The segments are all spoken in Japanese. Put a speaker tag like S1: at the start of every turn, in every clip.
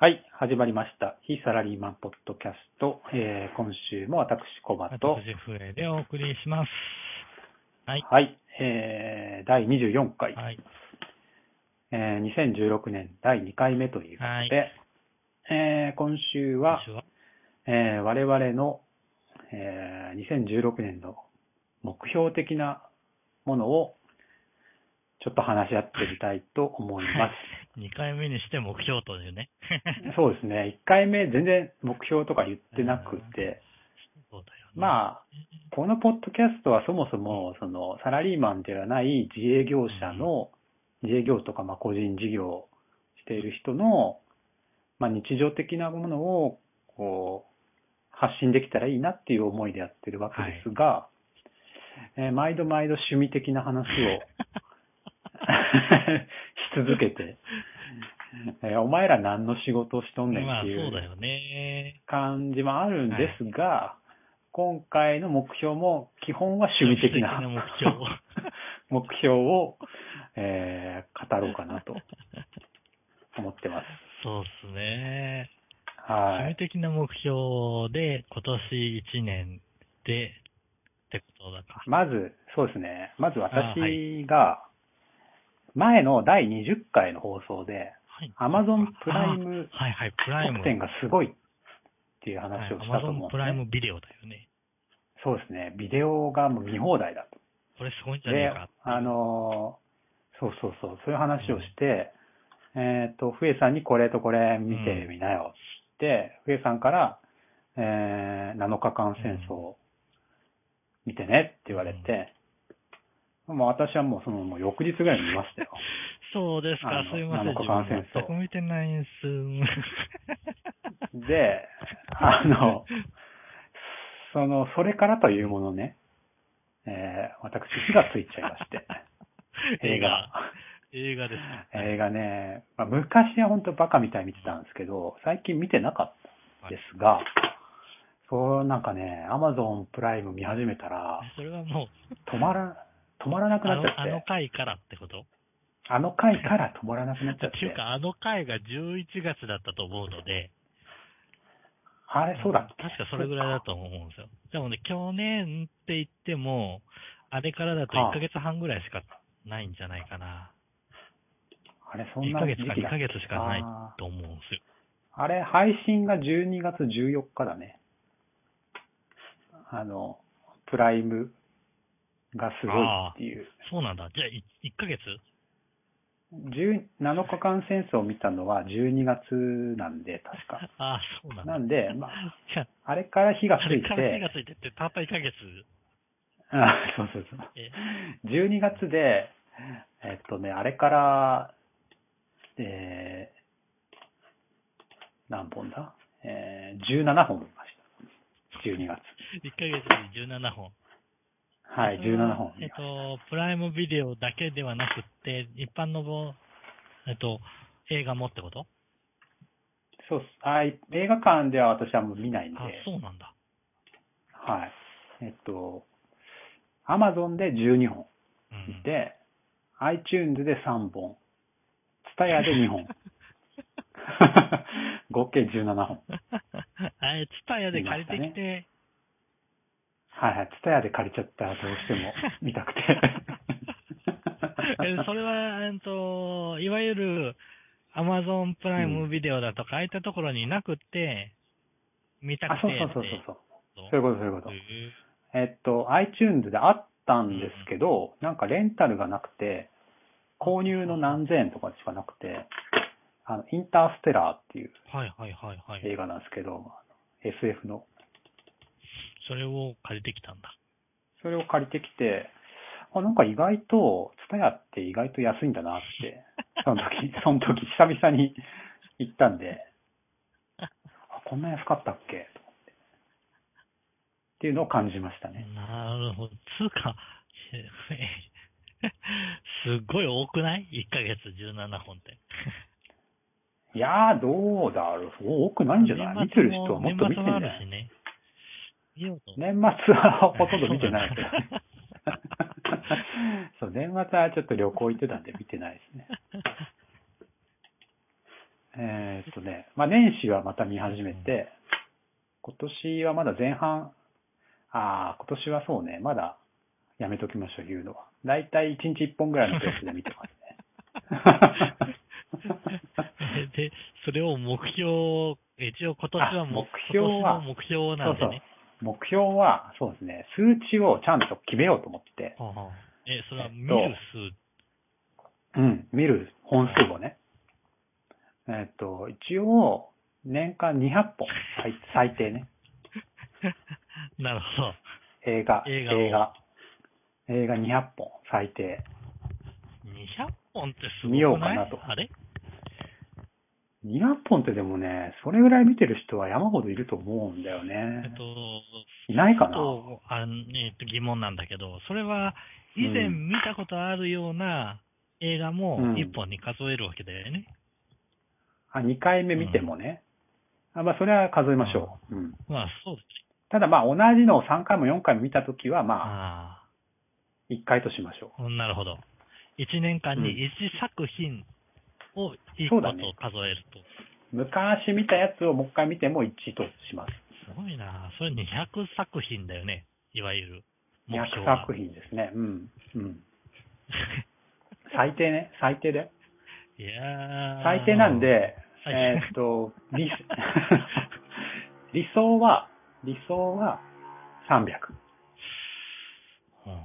S1: はい、始まりました。非サラリーマンポッドキャスト。えー今週も私、コバ
S2: 私
S1: と、、
S2: 笛でお送りします。はい。
S1: はい、えー第24回、
S2: はい。
S1: えー2016年第2回目ということで、
S2: はい
S1: えー今週は
S2: 今、週は
S1: えー我々の、えー2016年の目標的なものをちょっと話し合ってみたいと思います。
S2: 2回目にして目標というね。
S1: そうですね。1回目全然目標とか言ってなくて、
S2: そうだよね。あ、
S1: まあ、このポッドキャストはそもそも、その、サラリーマンではない自営業者の、自営業とか、まあ、個人事業をしている人の、まあ、日常的なものを、こう、発信できたらいいなっていう思いでやってるわけですが、えー毎度毎度趣味的な 話を し続けて、えーお前ら何の仕事をしとんねん
S2: ま
S1: っ
S2: あ、
S1: ていう。
S2: そうだよね。
S1: 感じもあるんですが、今回の目標も基本は趣味的な
S2: 趣味的な目
S1: 目標を、えー語ろうかなと思ってます。
S2: そうっすね。
S1: は
S2: 趣味
S1: い。
S2: 的な目標で、今年1年で、ってことだか。
S1: まず、そうですね。まず
S2: あは
S1: 私が、前の第20回の放送で、
S2: はい。
S1: Amazon プライ
S2: あ
S1: ム
S2: はいはい、プライム。
S1: 特典がすごいっていう
S2: は
S1: 話
S2: い
S1: をしたと思うん
S2: Amazon
S1: です
S2: プ
S1: ね、
S2: ライムビデオだよね。
S1: そうですね。ビデオがもう見放題だと。
S2: これすごいんじゃね
S1: で
S2: えか。、
S1: あ、のーそうそうそう、そういう話をして、えっ、と、ふえさんにこれとこれ見てみなよって、ふえさんから、えー、7日間戦争見てねって言われて、もう私はもうその、もう翌日ぐらいに見ましたよ。
S2: そうです
S1: あ
S2: か、
S1: の
S2: すいません。
S1: 7日間戦争
S2: 自分全く見てないんす。
S1: で、あの、その、それからというものね、えー、私火がついちゃいまして、 映画。
S2: 映画ですね。
S1: 映画ね、まあ、昔は本当バカみたいに見てたんですけど、最近見てなかったんですが、そうなんかね、アマゾンプライム見始めたら、
S2: それはもう、
S1: 止まら、 止まらなく
S2: あ
S1: なっち
S2: の
S1: ゃっ
S2: あの
S1: て、
S2: 回からってこと
S1: あの回から止まらなくなっちゃっ
S2: ってて、いうか、あの回が11月だったと思うので、
S1: あれ、そうだっけ
S2: 確かそれぐらいだと思うんですよ。でもね、去年って言っても、あれからだと1ヶ月半ぐらいしかないんじゃないかな。
S1: あれ、そん
S2: 1
S1: な
S2: ヶ
S1: 時
S2: 月
S1: 期
S2: か2
S1: だ
S2: ヶ月しかない
S1: あ
S2: と思うんですよ。
S1: ーあれ、配信が12月14日だね。あの、プライムがすごいっていう。
S2: そうなんだ。じゃあ、い1ヶ月
S1: 10 7日間戦争を見たのは12月なんで、確か。
S2: ああ、そうなんだ。
S1: なん で、まあ、
S2: じゃあ、
S1: あれから火がつ
S2: あれ
S1: い
S2: から火が
S1: て、
S2: ついてって、たった1ヶ月。
S1: あそうそうそう。
S2: え
S1: 12月で、えっとね、あれから、えー、何本だえー、17本見ました。12月。
S2: 1ヶ月に17本。
S1: はい、17本
S2: えっ
S1: 見ました。
S2: と、プライムビデオだけではなくって、一般のぼ、えっと、映画もってこと
S1: そうっす。あい映画館では私はもう見ないんで、
S2: あ
S1: は、
S2: そうなんだ。
S1: い。えっと、アマゾンで12本
S2: うん。
S1: で、iTunes で3本、TSUTAYA で2本。合計17本。
S2: あれ、ツタヤで借りてきて、
S1: はいはい、ツタヤで借りちゃったらどうしても見たくて。
S2: え それは、えっと、いわゆる、アマゾンプライムビデオだとか、ああいったところになくって、見た
S1: あ、
S2: くて
S1: そう
S2: って。
S1: そうそうそうそう。そういうこと、そういうこと
S2: へ。え
S1: えっと、iTunes であったんですけど、なんかレンタルがなくて、購入の何千円とかしかなくて、あの、インターステラーっていう
S2: はいはいはいはい。
S1: 映画なんですけど、あの SF の。
S2: それを借りてきたんだ。
S1: それを借りてきて、あ、なんか意外と、ツタヤって意外と安いんだな って、その時、その時久々に行ったんで、あ、こんな安かったっけと思って。っていうのを感じましたね。
S2: なるほど。つうか、え すっごい多くない ?1 ヶ月17本って。
S1: いやー、どうだろう。多くないんじゃない見てる人はもっと見てん
S2: 年末
S1: じ
S2: もあ
S1: ゃ
S2: る
S1: ない
S2: しね。見ようと。
S1: 年末はほとんど見てないけど。そう、年末はちょっと旅行行ってたんで見てないですね。えーっとね、まあ、年始はまた見始めて、今年はまだ前半、ああ、今年はそうね、まだやめときましょう、言うのは。だいたい1日1本ぐらいのペースで見てますね。
S2: で、それを目標、一応今年は
S1: あ
S2: も
S1: 目標は
S2: 今年の目標なんでね。
S1: 目標は、そうですね、数値をちゃんと決めようと思って、
S2: ほうほうえ、それは
S1: えっと
S2: 見る数、
S1: うん、見る本数をね。えーっと、一応、年間200本、最最低ね。
S2: なるほど。
S1: 映画、
S2: 映画を
S1: 映画。映画200本、最低。
S2: 200本ってすごくない
S1: 見ようかなと
S2: あれ
S1: 200本ってでもね、それぐらい見てる人は山ほどいると思うんだよ
S2: え
S1: ね
S2: っ。と、
S1: いないか
S2: ち
S1: な
S2: ょっとあんえっと疑問なんだけど、それは以前
S1: うん
S2: 見たことあるような映画も
S1: うん
S2: 1本に数えるわけだよね。
S1: あ、2回目見てもね。あまあ、それは数えましょう。うん。
S2: まあそうですね。
S1: ただまあ、同じのを3回も4回も見たときは、まあ、
S2: あ
S1: 1回としましょ
S2: あ、なるほど。1年間に
S1: うん
S2: 1作品を1
S1: そ
S2: 個
S1: う
S2: と
S1: だね
S2: 数えると。
S1: う。昔見たやつをもう1回見ても1とします。
S2: すごいなそれ200作品だよね。いわゆる目標
S1: 200
S2: は。
S1: 作品ですね。うん。うん。最低ね。最低で。
S2: いやー
S1: 最低なん、で、
S2: はい
S1: えーっと、理、 理想は、理想は300。
S2: うん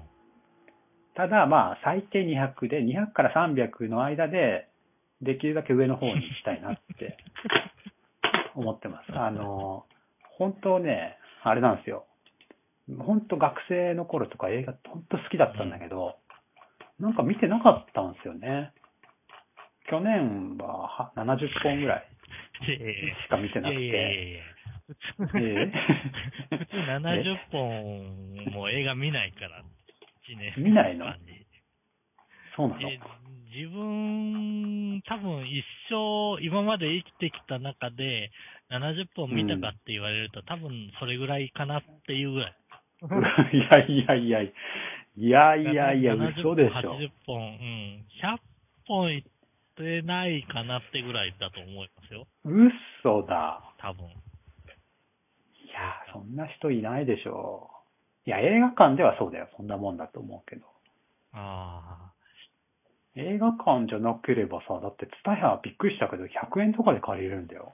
S1: ただ、まあ、最低200で、200から300の間で、できるだけ上の方に行きたいなって、思ってます。あの、本当ね、あれなんですよ。本当学生の頃とか映画、本当好きだったんだけど、なんか見てなかったんですよね。去年はは70本ぐらい
S2: いやいやいや
S1: しか見てなく
S2: いやいや
S1: て。
S2: いやいや。
S1: ええ
S2: 普通70本も映画見ないから、1年間に
S1: 見ないのそうなの
S2: え自分、多分一生、今まで生きてきた中で、70本見たかって言われると、多分それぐらいかなっていうぐらい。
S1: いやいやいやいや。いやいやいや、
S2: 70
S1: 嘘でしょ。
S2: 80本、うん。100本いってないかなってぐらいだと思いますよ。
S1: 嘘だ。
S2: 多分。
S1: いやー、そんな人いないでしょう。いや、映画館ではそうだよ。そんなもんだと思うけど。
S2: ああ。
S1: 映画館じゃなければさ、だって、ツタヤびっくりしたけど、100円とかで借りれるんだよ。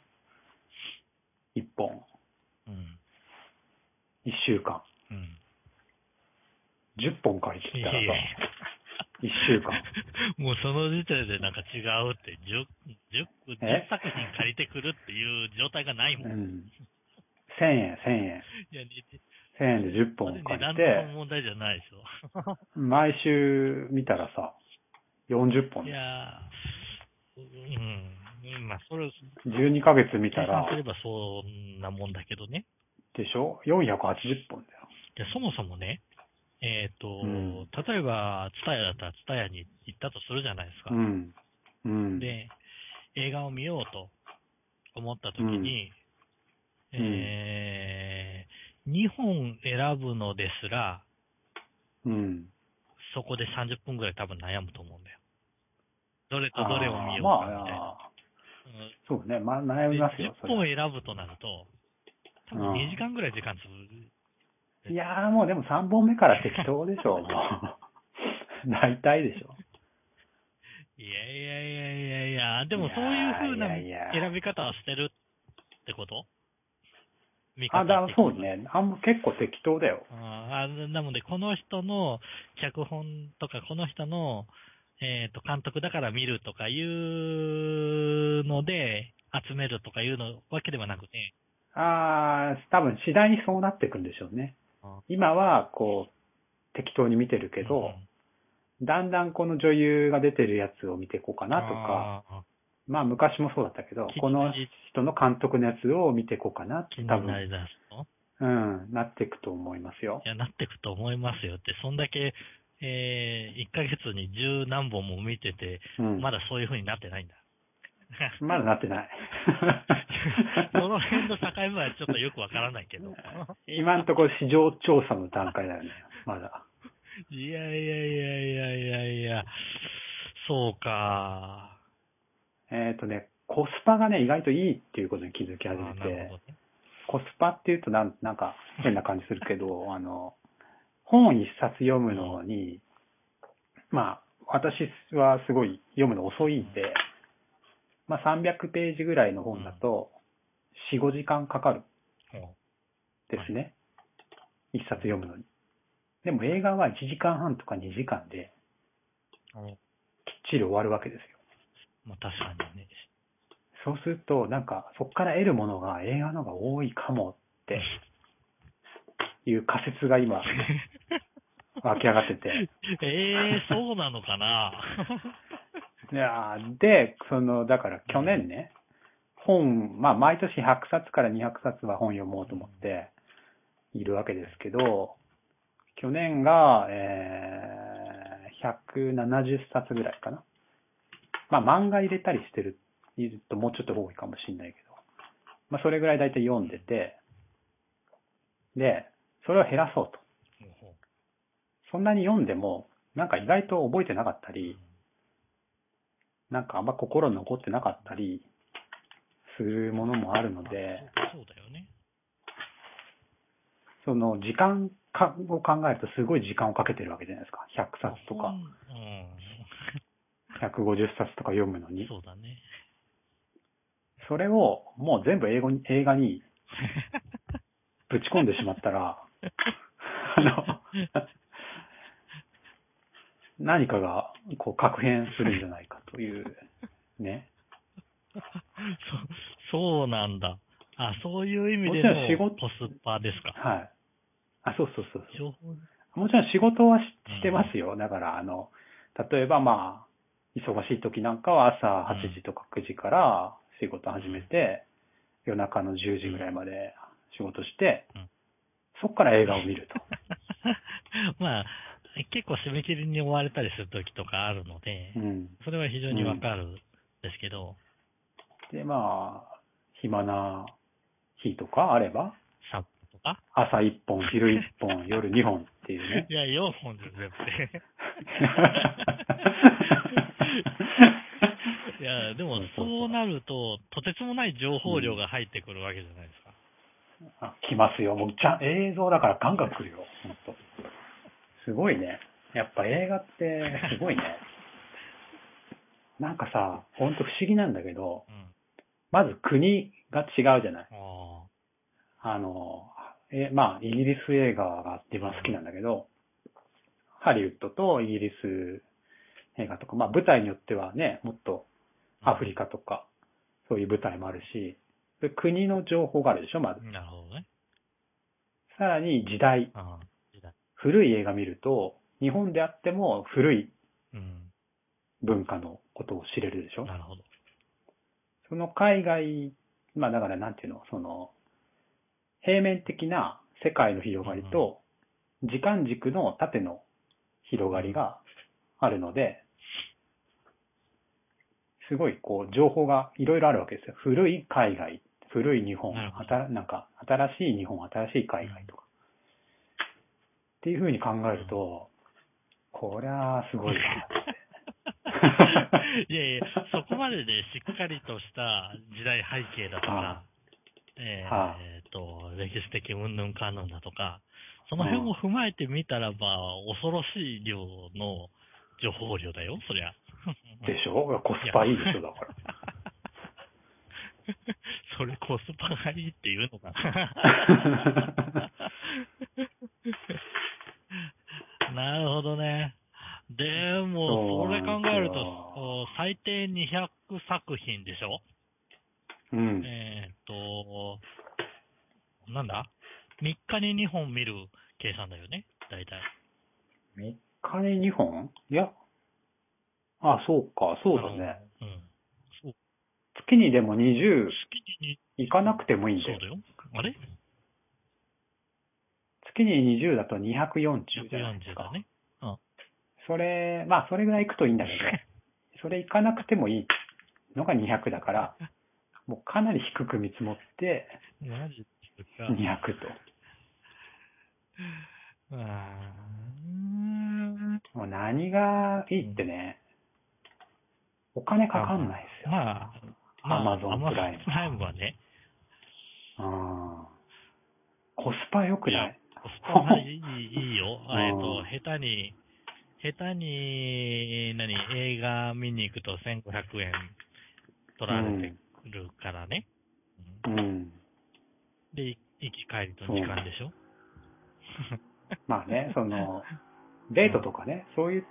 S1: 1本。
S2: うん。
S1: 1週間。
S2: うん。
S1: 10本借りてきたら
S2: いやいや
S1: さ、1週間。
S2: もうその時点でなんか違うって、10、10、
S1: え
S2: 10作品借りてくるっていう状態がないもん。
S1: う
S2: い
S1: ん。1000円、1000円。
S2: や、似て
S1: 1000円で10本
S2: 値
S1: 借り
S2: 段
S1: て
S2: の、問題じゃないでしょ。
S1: 毎週見たらさ、40本
S2: い。やー、うん、まあ、それ、
S1: 12ヶ月見
S2: 計
S1: た
S2: 算
S1: ら
S2: す、ればそんなもんだけどね。
S1: でしょ ?480 本だよ。
S2: で、そもそもね、えっ、と、
S1: うん
S2: 例えば、ツタヤだったらツタヤに行ったとするじゃないですか。
S1: うん。うん。
S2: で、映画を見ようと思った時に、
S1: うん
S2: えー、2本選ぶのですら、
S1: うん。
S2: そこで30分ぐらい多分悩むと思うんだよ。どれとどれを見よう
S1: あー
S2: かみたい
S1: ま
S2: な。
S1: あ
S2: うん
S1: そうね、まあ、悩
S2: で
S1: みますよ、
S2: 10
S1: それは
S2: 本選ぶとなると、多分2時間ぐらい時間つぶ
S1: いやー、もうでも3本目から適当でし ょ、もう。大体でしょ。
S2: いやいやいやいやいや、でもそういう風な
S1: や
S2: い
S1: いやいや
S2: 選び方をしてるってこと見方
S1: あ、
S2: って
S1: だそうね。あんま結構適当だよ。
S2: あーあなので、この人の脚本とか、この人の、えー、と監督だから見るとかいうので、集めるとかいうのわけではなくて、
S1: あー、多分次第にそうなっていくんでしょうね
S2: あ。
S1: 今は、こう、適当に見てるけど、だんだんこの女優が出てるやつを見ていこうか
S2: うん
S1: なとか、、
S2: あ
S1: まあ昔もそうだったけど
S2: 聞き、
S1: この人の監督のやつを見ていこうかなって
S2: ー気に
S1: 多
S2: な
S1: 分、
S2: りだすの
S1: うん、なっていくと思いますよ
S2: い。や、なってくと思いますよって、そんだけ、え1ヶ月に十何本も見てて、
S1: うん。
S2: まだそういう風になってないんだ。。
S1: まだなってない
S2: その辺の境目はちょっとよくわからないけど。
S1: 今のところ市場調査の段階だよね。まだ。
S2: いやいやいやいやいやいや、そうか。
S1: えっ、とね、コスパがね、意外といいっていうことに気づき始め
S2: あーなる
S1: て
S2: ほ、どね。
S1: コスパっていうとなんなんか変な感じするけど、 あの、本一冊読むのに、まあ、私はすごい読むの遅いんで、まあ300ページぐらいの本だと、4、5時間かかるん
S2: ほ
S1: ですね。一冊読むのに。でも映画は1時間半とか2時間で
S2: うお
S1: きっちり終わるわけですよ。
S2: まあ確かにね。
S1: そうすると、なんか、そこから得るものが映画の方が多いかもっていう仮説が今、湧き上がってて。
S2: ええー、そうなのかな
S1: いやーで、その、だから去年ね、本、まあ、毎年100冊から200冊は本読もうと思っているわけですけど、去年が、えー、170冊ぐらいかな。まあ、漫画入れたりしてる、いるともうちょっと多いかもしれないけど、まあ、それぐらい大体読んでて、で、それを減らそうと。
S2: ほう
S1: そんなに読んでも、なんか意外と覚えてなかったり、なんかあんま心に残ってなかったりするものもあるので、
S2: そうそうだよね。
S1: その時間かを考えるとすごい時間をかけてるわけじゃないですか。100冊とか
S2: 本う
S1: 150冊とか読むの
S2: ん。
S1: に。
S2: そうだね。
S1: それをもう全部英語に映画にぶち込んでしまったら、あ の、何かがこう確変するんじゃないかというね。
S2: そそうなんだ。あ、そういう意味で
S1: もちろん
S2: の
S1: 仕
S2: コスパですか。
S1: はい。あ、そうそうそうそ
S2: 情報
S1: う。もちろん仕事はししてますよ。だから、あの、例えばまあ、忙しい時なんかは朝8時とか9時から仕事始めて、夜中の10時ぐらいまで仕事して
S2: うん、
S1: そっから映画を見ると。
S2: まあ、結構締め切りに追われたりする時とかあるので
S1: う、ん。
S2: それは非常にわかるんですけど、
S1: で、まあ、暇な日とかあれば、
S2: サップとか
S1: 朝1本、昼1本、 夜2本っていうね
S2: い。や、4本ですよ、って。 いや、でもそうなると、とてつもない情報量が入ってくるわけじゃないですか。
S1: あ来ますよ。もうちゃん、映像だからガンガン来るよ。ほんと。すごいね。やっぱ映画ってすごいね。なんかさ、ほんと不思議なんだけど、
S2: うん。
S1: まず国が違うじゃない。
S2: あ
S1: あの、え、まあ、イギリス映画が一番好きなんだけど、ハリウッドとイギリス映画とか、まあ舞台によってはね、もっと
S2: あ。
S1: アフリカとか、そういう舞台もあるし、で国の情報があるでしょ、まず。
S2: なるほどね。
S1: さらに時代、
S2: ああ。時代
S1: 古い映画見ると、日本であっても古い
S2: うん。
S1: 文化のことを知れるでしょ
S2: なるほど。
S1: その海外、まあだからなんていうの、その、平面的な世界の広がりと、時間軸の縦の広がりがあるので、すごいこう情報がいろいろあるわけですよ。古い海外、古い日本、
S2: なるほ
S1: あ
S2: ど
S1: たなんか新しい日本、新しい海外とか。っていうふうに考えると、こりゃあすごいわ。
S2: いやいや、そこまででしっかりとした時代背景だとか、えー
S1: はあ
S2: えーと、歴史的云々かんぬんだとか、その辺を踏まえてみたらば、恐ろしい量の情報量だよ、そりゃ。
S1: でしょいやコスパいいでしょ、だから。
S2: それコスパがいいっていうのか な。なるほどね。でも、
S1: そう
S2: そ
S1: な
S2: れ
S1: んですよ
S2: 考えると、お最低200作品でしょ
S1: うん。
S2: えーっと、なんだ ?3 日に2本見る計算だよね大体。
S1: 3日に2本いや。あ、そうか、そうだね。
S2: あの。うん。そう。
S1: 月にでも20
S2: 月に
S1: いかなくてもいいん
S2: 2、
S1: だ
S2: そう
S1: よ。
S2: だよ。あれ
S1: 月に20だと240じゃないです
S2: ?140
S1: か
S2: だ。ね。
S1: それ、まあ、それぐらい行くといいんだけ ど、それ行かなくてもいいのが200だから、もうかなり低く見積もって
S2: マジですか
S1: 200と。
S2: うーん
S1: もう何がいいってね、お金かかんないですよ。
S2: まあ、まあ、
S1: Amazon プライム
S2: Amazon プライムはね、
S1: あーコスパ良くない
S2: コスパがいいいいよ。
S1: うん
S2: えっと、下手に、下手に、何、映画見に行くと1500円取られてくるからね。うん
S1: うん。
S2: で、い行き帰りと時間でしょ
S1: まあね、その、デートとかね、そういう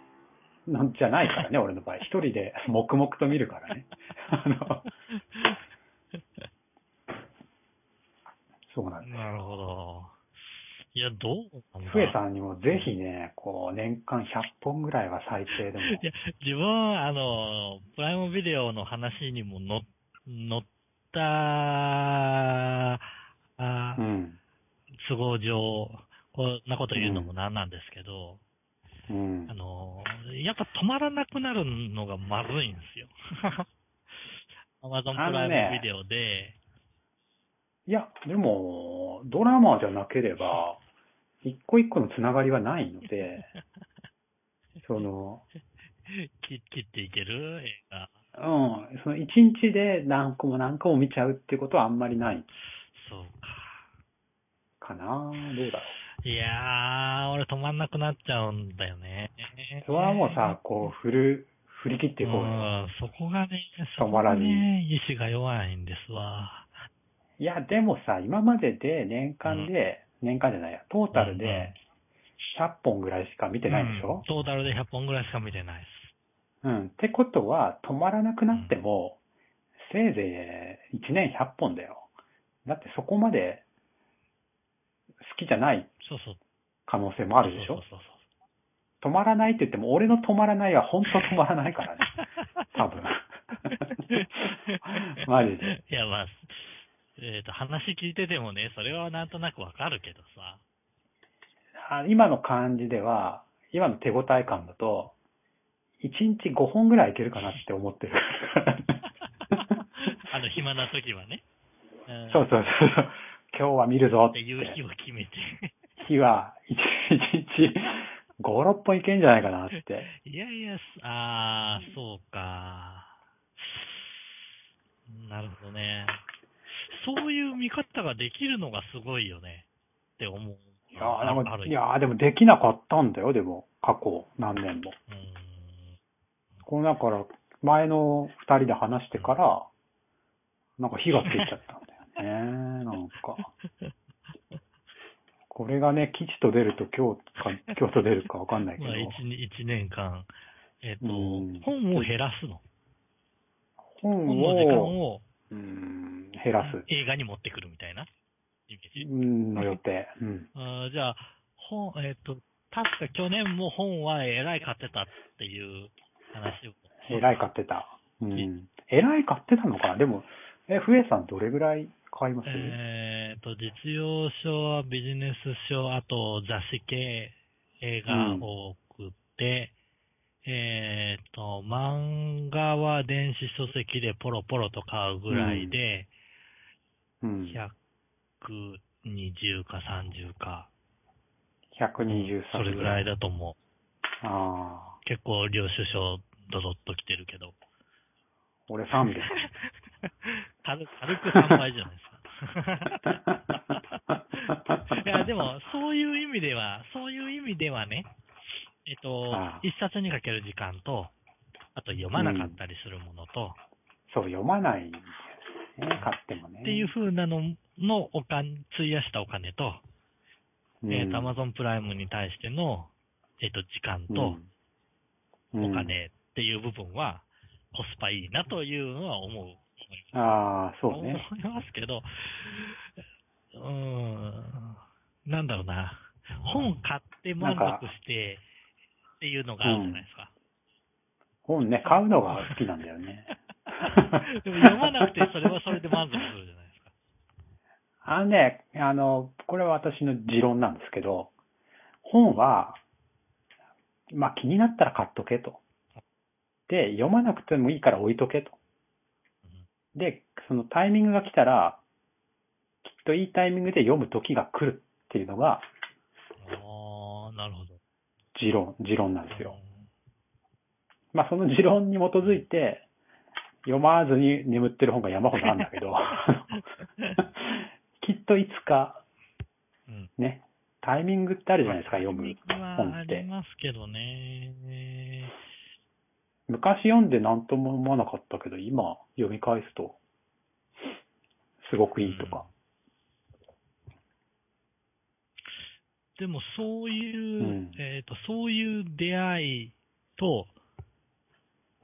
S1: のじゃないからね、俺の場合。一人で黙々と見るからね。 あの、そうなんです。
S2: なるほど。いや、どうなんだ
S1: ふえさんにもぜひね、こう、年間100本ぐらいは最低でも。
S2: いや、自分は、あの、プライムビデオの話にもの乗った、あー
S1: うん。
S2: 都合上、こんなこと言うのもなんなんですけど、
S1: うん
S2: あ。の、やっぱ止まらなくなるのがまずいんで すよ。アマゾンプ
S1: あの
S2: ライム
S1: ね
S2: ビデオで、
S1: いや、でも、ドラマじゃなければ、一個一個のつながりはないの で、その、
S2: 切切っていける映画。
S1: うん、その一日で何個も何個も見ちゃうっていうことはあんまりない
S2: そう
S1: か
S2: か。
S1: などうだろ
S2: いやー、俺止まんなくなっちゃうんだよね。
S1: う。それはもうさ、こう、振る、振り切っていこう
S2: う
S1: よ。
S2: んそこがね、そ
S1: 止
S2: こ
S1: ま
S2: が
S1: らずに
S2: ね、意志が弱いんですわ。
S1: いや、でもさ、今までで年間で、年間じゃないや、トータル
S2: うん
S1: で100本ぐらいしか見てないでし
S2: うん
S1: ょ、
S2: トータルで100本ぐらいしか見てないです。
S1: うん、ってことは、止まらなくなっても、せいぜい1年100本だよ。だってそこまで好きじゃない
S2: そうそう。
S1: 可能性もあるでしょ
S2: そうそうそう
S1: 止まらないって言っても、俺の止まらないは本当止まらないからね。多 分。マジで。
S2: いや、まあ、えっ、と、話聞いててもね、それはなんとなくわかるけど さ。
S1: あ今の感じでは、今の手応え感だと、1日5本ぐらいいけるかなって思ってる。
S2: あの、暇な時はね。ん
S1: そうそうそうそう。今日は見るぞっ
S2: ってていう日を決めて。
S1: 日は、1日5、6本いけんじゃないかなって。
S2: いやいや、すあー、そうか。なるほどね。そういう見方ができるのがすごいよね。って思う。
S1: いやーなん
S2: あ
S1: か
S2: る
S1: いやーでもできなかったんだよ、でも。過去何年も。
S2: うーん
S1: このだから、前の二人で話してから、なんか火がついちゃったんだ よね。なんか。これがね、吉と出ると今日か、今日と出るかわかんないけど
S2: まあ、、一年一年間、えっ、と、
S1: うん
S2: 本を減らすの。
S1: 本
S2: 本の時間
S1: を、
S2: を
S1: うん、減らす。
S2: 映画に持ってくるみたいなイメージ。
S1: うん、の予定。うん。
S2: あーじゃあ、本、えっ、と、確か去年も本は偉い買ってたっていう話を。
S1: 偉い買ってた。うん。偉い買ってたのかなでも、え、ふえさんどれぐらい買います、
S2: えっ、と、実用書はビジネス書、あと雑誌系、映画多くて、えっ、と、漫画は電子書籍でポロポロと買うぐらいで、
S1: うん。
S2: 120か30か、
S1: 123
S2: それぐらいだと思う。
S1: ああ。
S2: 結構領収書ドドッと来てるけど。
S1: 俺300。
S2: 軽軽く3倍じゃない ですか。いや、でも、そういう意味では、そういう意味ではね、えっと
S1: ああ、
S2: 一冊にかける時間と、あと読まなかったりするものと、
S1: そう、読まないんだよね、買ってもね。
S2: っていう風なののお金、費やしたお金と、
S1: うん、
S2: えっと、アマゾンプライムに対しての、えっと、時間と、
S1: うん、
S2: お
S1: うん
S2: 金っていう部分は、コスパいいなというのは思う。
S1: ああ、そう
S2: 思い
S1: ね。
S2: ますけど、うーん、なんだろうな。本買って満足してっていうのがあるじゃないですか。
S1: 本ね、買うのが好きなんだよね。
S2: でも読まなくてそれはそれで満足するじゃないですか。
S1: あのね、あの、これは私の持論なんですけど、本は、まあ気になったら買っとけと。で、読まなくてもいいから置いとけと。で、そのタイミングが来たら、きっといいタイミングで読む時が来るっていうのが
S2: ああ、なるほど。
S1: 持論、持論なんですよ。まあ、その持論に基づいて、読まずに眠ってる本が山ほどあるんだけど、 きっといつか、
S2: うん。
S1: ね、タイミングってあるじゃないですか、読む本
S2: はあ
S1: って
S2: り。ますけどね。
S1: 昔読んで何とも思わなかったけど、今読み返すと、すごくいいとか。
S2: でもそういう、
S1: うん
S2: えっ、と、そういう出会いと、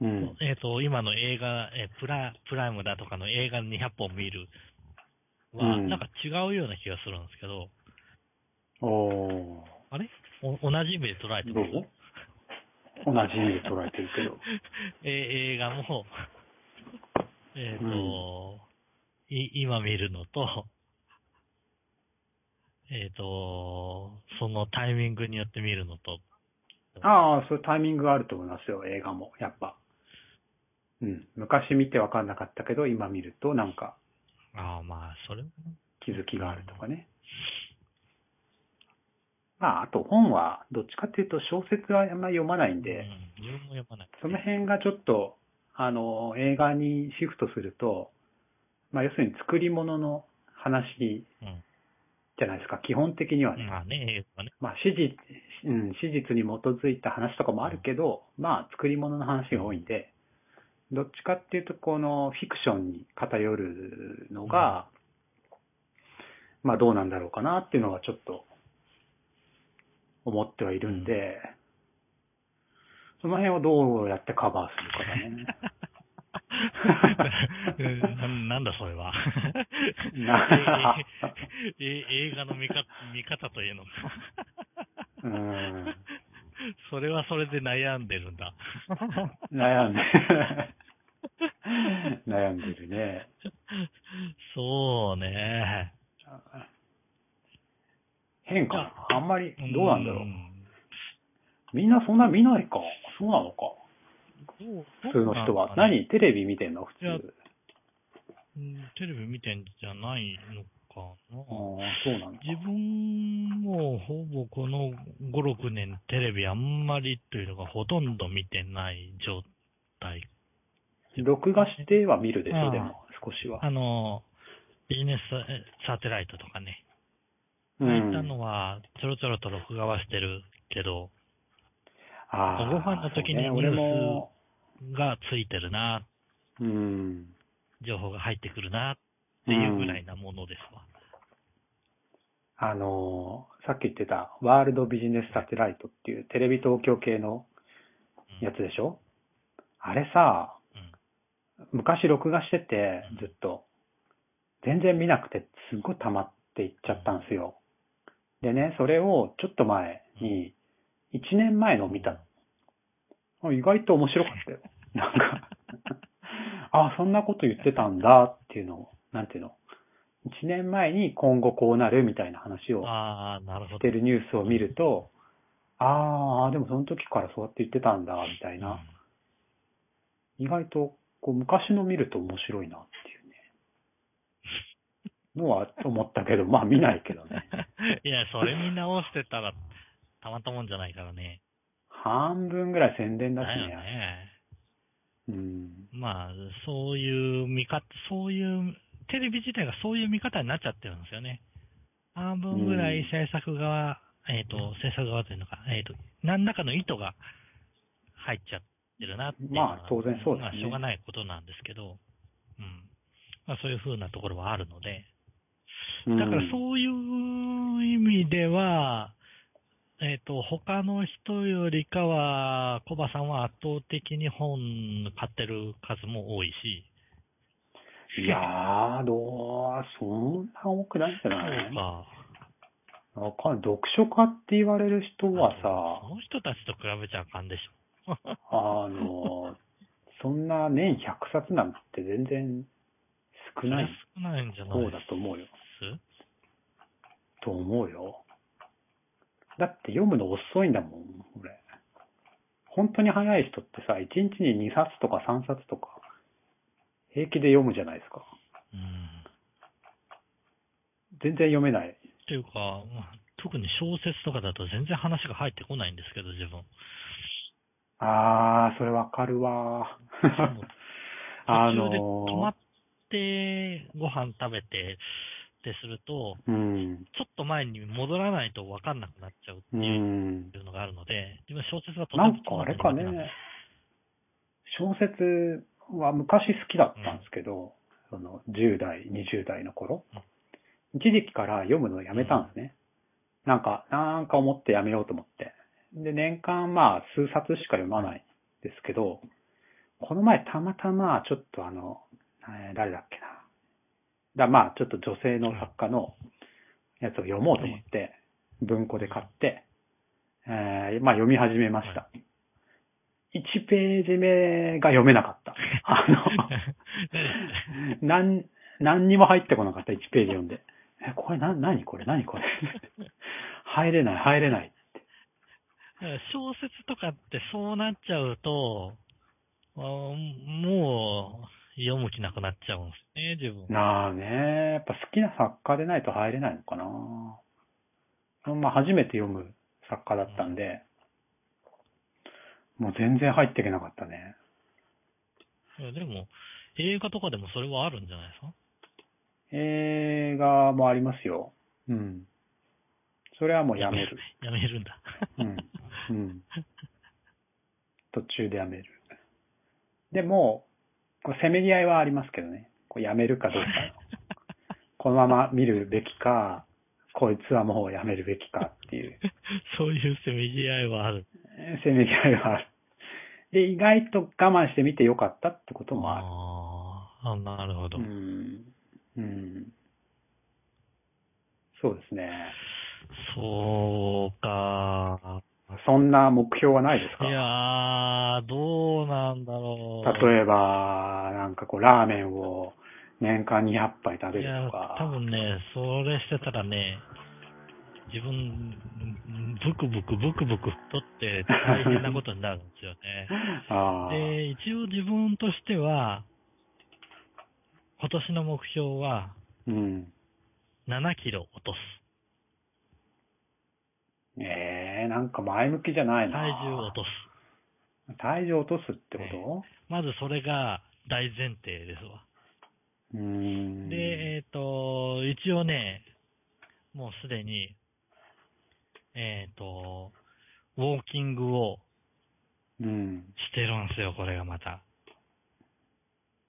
S1: うん。
S2: えっ、と、今の映画、えープラ、プライムだとかの映画200本見るは、
S1: うん
S2: なんか違うような気がするんですけど、
S1: おー。
S2: あれお同じ目で捉えて
S1: ど
S2: ます
S1: う同じ意味で捉えてるけど。
S2: え映画も、 えっ、と、い今見るのと、えっ、と、そのタイミングによって見るのと、
S1: ああ、そういうタイミングがあると思いますよ、映画も、やっぱ。うん。昔見て分かんなかったけど、今見るとなんか
S2: ああ、まあ、それも、
S1: 気づきがあるとかね。まあ、あと本は、どっちかっていうと小説はあんまり読まないん
S2: う
S1: で、
S2: ん、自分も読まない。
S1: その辺がちょっと、あの、映画にシフトすると、まあ、要するに作り物の話
S2: うん
S1: じゃないですか、基本的にはね。
S2: まあね、映画ね。
S1: まあ、史実、うん、史実に基づいた話とかもあるけど、まあ、作り物の話が多いんで、どっちかっていうと、このフィクションに偏るのが、まあ、どうなんだろうかなっていうのはちょっと、思ってはいるんで、その辺をどうやってカバーするかだね。
S2: うん ななんだそれは。
S1: な
S2: ええ映画の見か 見方というのか。
S1: うん
S2: それはそれで悩んでる んだ。
S1: 悩んで、 悩んでるね。
S2: そうね。
S1: 変かな。あんまり、どうなんだろう。
S2: ん
S1: みんなそんな見ないか。そうなのか。
S2: どう
S1: 普通の人は。
S2: どうなんだろうね
S1: 何テレビ見てんの普通。
S2: い
S1: あ
S2: や
S1: あ、
S2: うんテレビ見てんじゃないのかな。
S1: そうなのか。
S2: 自分もほぼこの5、6年テレビあんまりというのがほとんど見てない状態
S1: 録画しては見るでし
S2: あ
S1: ょ、
S2: あ
S1: でも、少しは。
S2: あの、ビジネスサテライトとかね、
S1: う
S2: ああいった
S1: ん。
S2: のはちょろちょろと録画はしてるけど、
S1: ああ
S2: ご飯の時に
S1: そうね俺も、
S2: がついてるな、
S1: うん。
S2: 情報が入ってくるなっていうぐらいなものですわ。
S1: あのー、さっき言ってた、ワールドビジネスサテライトっていうテレビ東京系のやつでしょあれさ、
S2: うん
S1: 昔録画してて、ずっと。全然見なくて、すっごい溜まっていっちゃったんですよ。でね、それをちょっと前に、1年前のを見たの。あ意外と面白かったよ。 なんか、あ、そんなこと言ってたんだっていうのを、なんていうの。1年前に今後こうなるみたいな話を
S2: ああ、なるほ
S1: し
S2: ど。
S1: てるニュースを見ると、ああ、でもその時からそうやって言ってたんだ、みたいな。意外とこう昔の見ると面白いなっていうね。のは思ったけど、まあ見ないけどね。
S2: いや、それ見直してたらたまったもんじゃないからね。
S1: 半分ぐらい宣伝だし
S2: だ
S1: ね。
S2: よね。
S1: うん。
S2: まあ、そういう見方、そういう、テレビ自体がそういう見方になっちゃってるんですよね。半分ぐら
S1: う
S2: い
S1: ん
S2: 制作側、えっ、と、制作側というのか、えっ、と、何らかの意図が入っちゃってるなっていうのは
S1: まあ当然そうですね
S2: まあ、しょうがないことなんですけど、うん。まあ、そういう風なところはあるので、
S1: うん
S2: だからそういう意味では、えっ、と、他の人よりかは、コバさんは圧倒的に本買ってる数も多いし、
S1: いやー、どう、そんな多くないんじゃない
S2: そうか。
S1: わかんない。読書家って言われる人は
S2: そ
S1: さ、
S2: の人たちと比べちゃあかんでしょ。
S1: あの、そんな年100冊なんて全然少ない
S2: 少ないんじゃない
S1: 方
S2: で
S1: だと思うよ。
S2: す
S1: と思うよ。だって読むの遅いんだもん、俺。本当に早い人ってさ、1日に2冊とか3冊とか、平気で読むじゃないですか。
S2: うん。
S1: 全然読めない。
S2: っていうか、まあ特に小説とかだと全然話が入ってこないんですけど、自分。
S1: あー、それわかるわー。 あ
S2: 途中
S1: の
S2: で止まって、ご飯食べて、ってすると、
S1: うん。
S2: ちょっと前に戻らないと分かんなくなっちゃうって
S1: う。
S2: いうんのがあるので、自分小説がとて
S1: な
S2: も
S1: んかあれか
S2: 好きなんで
S1: ね、小説は昔好きだったんですけど、その10代、20代の頃、一時期から読むのをやめたんですね。なんか、なんか思ってやめようと思って。で、年間まあ数冊しか読まないんですけど、この前たまたまちょっとあの、えー誰だっけな。だまあちょっと女性の作家のやつを読もうと思って、文庫で買って、えーまあ読み始めました。1ページ目が読めなかった。あの、なん、何にも入ってこなかった、1ページ読んで。え、これな、何これ何これ入れない、入れない。
S2: 小説とかってそうなっちゃうと、あもう読む気なくなっちゃうんですね、自分。
S1: なあね、やっぱ好きな作家でないと入れないのかな。まあ、初めて読む作家だったんで、もう全然入っていけなかったね。
S2: いやでも、映画とかでもそれはあるんじゃないですか
S1: 映画もありますよ。うん。それはもうやめ る。。
S2: やめるんだ。
S1: うん。うん。途中でやめる。でも、こうせめぎ合いはありますけどね。こうやめるかどうかの。このまま見るべきか、こいつはもうやめるべきかっていう、
S2: そういうせめぎ合いはある。
S1: えーせめぎ合いはある。で、意外と我慢してみてよかったってこともある。
S2: あーあ、なるほど。
S1: うん。うん。そうですね。
S2: そうか。
S1: そんな目標はないです
S2: い
S1: か
S2: やー、どうなんだろう。
S1: 例えば、なんかこう、ラーメンを年間200杯食べ
S2: いや
S1: るとか。
S2: 多分ね、それしてたらね、自分、ブクブクブクブク太って大変なことになるんですよね。
S1: ああ。
S2: で、一応自分としては、今年の目標は
S1: うん。
S2: 7キロ落とす。
S1: ええなんか前向きじゃないな。
S2: 体重を落とす。
S1: す。体重落とすってこ
S2: まずそれが大前提ですわ。
S1: と、うーん。
S2: で、えっ、と、一応ね、もうすでに、えっ、と、ウォーキングを
S1: うん。
S2: してるんですよ、これがまた。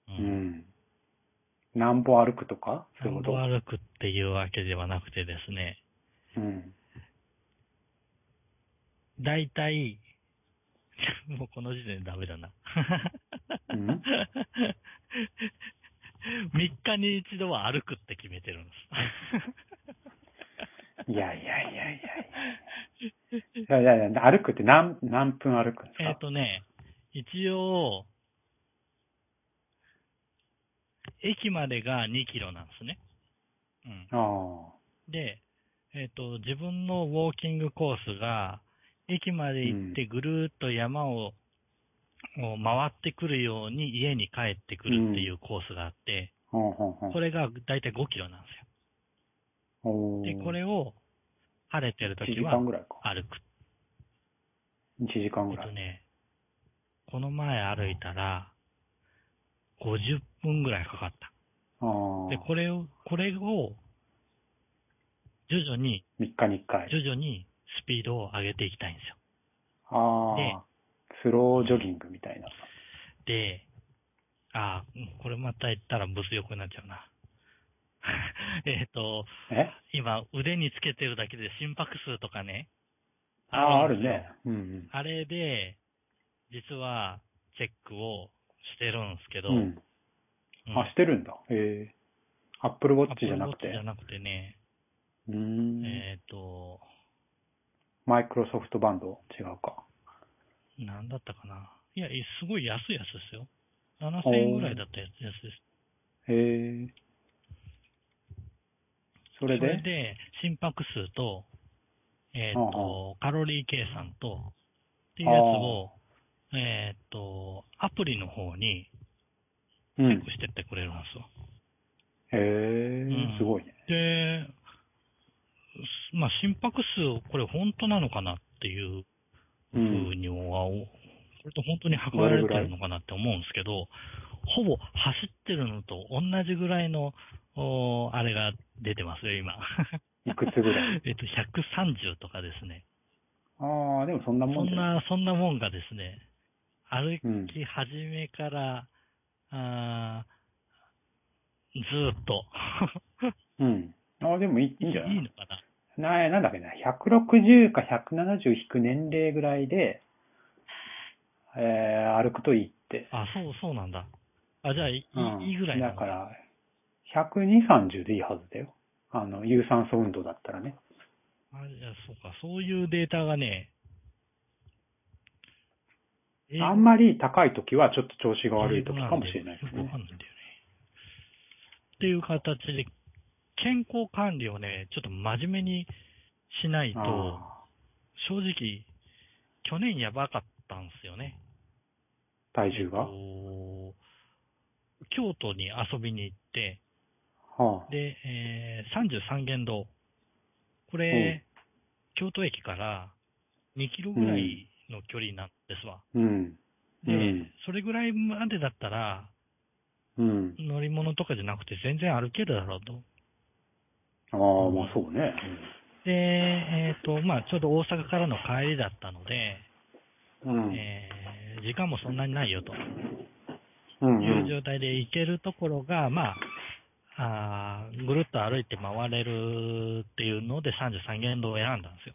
S2: う
S1: う。ん。何歩歩くとかそういう
S2: 散
S1: こと
S2: 歩歩くっていうわけではなくてですね、
S1: うん。
S2: だいたい、 もうこの時点でダメだな。
S1: ん
S2: 3日に一度は歩くって決めてるんです。
S1: いやいやいやいやいや。いやいやいや、歩くって何、何分歩くんですか
S2: えっ、とね、一応、駅までが2キロなんですね。うん。
S1: あ
S2: で、えっ、と、自分のウォーキングコースが、駅まで行ってぐるーっと山を、を回ってくるように家に帰ってくるっていうコースがあって、
S1: あ。ほんほんほん。
S2: これがだいたい5キロなんです
S1: おー
S2: よ。で、これを晴れてる
S1: 1
S2: 時
S1: 時
S2: は
S1: 間ぐらいか。
S2: 歩く。
S1: 1時間ぐ
S2: え
S1: ら
S2: っと
S1: い。
S2: ね、この前歩いたら、50分ぐらいかかった。
S1: ああ。
S2: で、これを、これを、徐々に、
S1: 3日に1回。
S2: 徐々にスピードを上げていきたいんですよ。
S1: ああ。スロージョギングみたいな。
S2: で、あーうんこれまた言ったら物欲になっちゃうな。 えっと、
S1: え
S2: 今、腕につけてるだけで心拍数とかね。
S1: ああ、あ
S2: るん
S1: る
S2: ですよ
S1: ね。うん
S2: あれで、実は、チェックをしてるんですけ
S1: う
S2: ど、
S1: ん。うん。
S2: うん
S1: あ、してるんだ。へえ。アップルウォッチじゃなく
S2: Apple Watch じ
S1: て
S2: ゃ。なくてね、
S1: うーん。
S2: えっ、と、
S1: マイクロソフトバンド違うか。
S2: なんだったかな。いや、いすごい安いやつですよ。7000円ぐらいだったやつやつです。
S1: へえ。それで
S2: 心拍数と、えっ、
S1: うん
S2: と、カロリー計算と、っていうやつを、えっ、と、アプリの方に
S1: う
S2: チェッ
S1: ん
S2: ク。してってくれるんですよ。
S1: へ
S2: うん
S1: え、すごいね。
S2: で、すまあ、心拍数、これ本当なのかなっていう
S1: う。
S2: ふうんには、おこれと本当に測られてるのかなって思うんですけど、ほぼ走ってるのと同じぐらいの、おーあれが出てますよ、今。
S1: いくつぐらい
S2: えっと、130とかですね。
S1: ああ、でもそんなも
S2: そ
S1: ん
S2: ん
S1: じゃい
S2: な、そんなもんがですね、歩
S1: うん
S2: き始めから、あーずーっと。
S1: うん。ああ、でもい いいいんじゃない
S2: いのかな
S1: ななんだっけな、160か170引く年齢ぐらいで、えー、歩くといいって。
S2: あ、そう、そうなんだ。あ、じゃあ、いい,、
S1: うん
S2: いいぐらいな
S1: だ
S2: の
S1: から、120、30でいいはずだよ。あの、有酸素運動だったらね。
S2: あいやそうか、そういうデータがね、え
S1: あんまり高い時はちょっと調子が悪い時かもしれないです
S2: よくわ
S1: ね
S2: か。んないんだよね。っていう形で、健康管理をね、ちょっと真面目にしないと、
S1: あ
S2: 正直、去年やばかったんですよね。
S1: ー体重が、
S2: えっと京都に遊びに行って、
S1: はあ、
S2: で、えー33元堂。これ、京都駅から2キロぐらいの距離なんですわ。
S1: うん。うんう
S2: で
S1: ん、
S2: それぐらいまでだったら、
S1: うん。
S2: 乗り物とかじゃなくて全然歩けるだろうと。
S1: ああ、まあそうね。
S2: で、えっ、と、まあ、ちょうど大阪からの帰りだったので、
S1: うん。
S2: えー時間もそんなにないよと。
S1: うん
S2: いうう状態で行けるところが、まあ、あーぐるっと歩いて回れるっていうので33元堂を選んだんです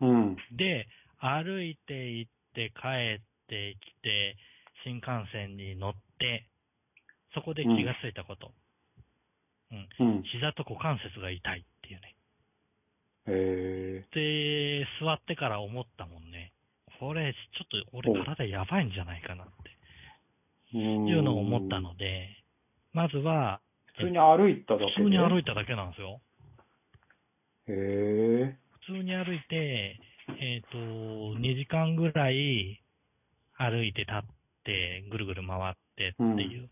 S2: よ。
S1: ん。うん。
S2: で、歩いて行って帰ってきて、新幹線に乗って、そこで気がついたこと。うん。
S1: うん。
S2: 膝と股関節が痛いっていうね。
S1: え
S2: で、座ってから思ったもんね。これ、ちょっと俺体やばいんじゃないかなって。
S1: ー。
S2: いうのを思った。ので、まずは、
S1: 普通に歩いただけで
S2: 普通に歩
S1: い
S2: いただけなんですよ。
S1: へえ。
S2: 普通に歩いて、えっ、と、2時間ぐらい歩いて立って、ぐるぐる回ってっていう。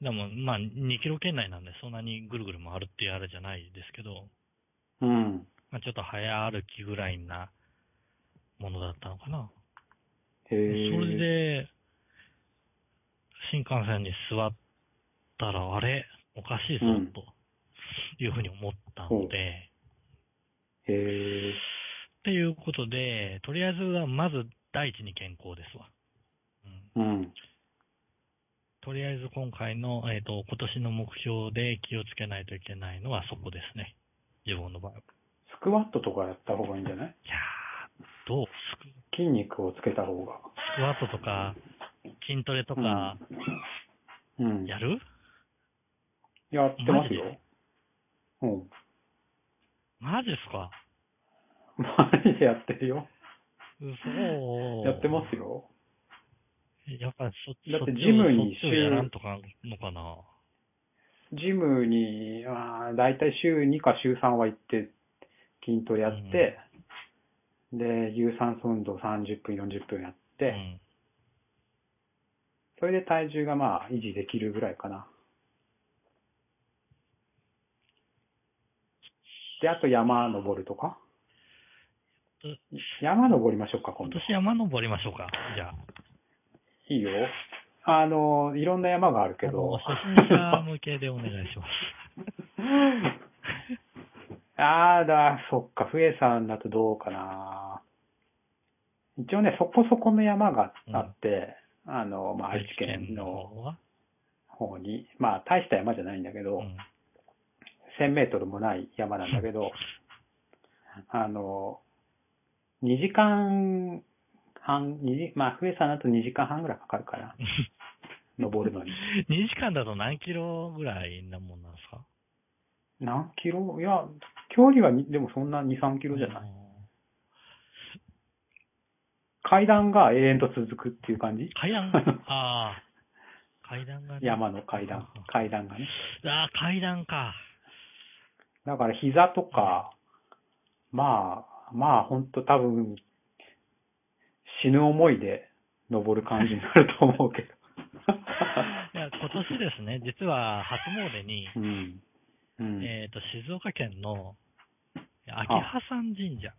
S2: でも、まあ、2キロ圏内なんで、そんなにぐるぐる回るっていうあれじゃないですけど、
S1: うん。
S2: まあ、ちょっと早歩きぐらいなものだったのかな。
S1: へ
S2: そ
S1: え。
S2: れで、新幹線に座ったら、あれおかしいぞ
S1: うん、
S2: というふうに思ったので、
S1: へえ。
S2: っていうことで、とりあえずはまず第一に健康ですわ。うん、
S1: うん。
S2: とりあえず今回の、えっ、と、今年の目標で気をつけないといけないのはそこですね。自分の場合は。い
S1: スクワットとかやった方がいいんじゃない
S2: やー、どうスク
S1: 筋肉をつけた方が。
S2: スクワットとか、筋トレとか、
S1: うん。
S2: やる、
S1: やってますよ。うん。
S2: マジですか
S1: マジでやってるよ。
S2: 嘘
S1: やってますよ。
S2: やっぱりそっち
S1: だって
S2: そっちを
S1: ジムに
S2: そっちをやらんとかのかな。
S1: ジムに、あーだいたい週2か週3は行って、筋トレやって、で、有酸素運動30分、40分やっ
S2: う
S1: て、
S2: ん。
S1: それで体重がまあ維持できるぐらいかな。で、あと山登るとか
S2: うん
S1: 山登りましょうか、今
S2: 今
S1: 度。
S2: 年山登りましょうか。じゃあ。
S1: いいよ。あの、いろんな山があるけ
S2: あの
S1: ど。
S2: 初心 者向けでお願いします。
S1: あーだ、そっか、笛さんだとどうかな。一応ね、そこそこの山があって、あの、まあ、愛知県の
S2: 方は、
S1: 方に、まあ、大した山じゃないんだけ
S2: う
S1: ど、
S2: ん、
S1: 1000メートルもない山なんだけ ど、あの、2時間半、2時まあ、笛さんだと2時間半ぐらいかかるか な。登るのに。
S2: 2時間だと何キロぐらいなもんなんですか
S1: 何キロいや、距離はにでもそんな2、3キロじゃない。
S2: い。
S1: 階段が永遠と続くっていう感じ
S2: 階段ああ。階段がね。
S1: 山の階段、階段がね。
S2: ああ、階 段か。
S1: だから膝とか、まあ、まあ本当多分、死ぬ思いで登る感じになると思うけど。
S2: いや今年ですね、実は初詣に、
S1: うん。うん。
S2: えっ、と、静岡県の秋葉山神社。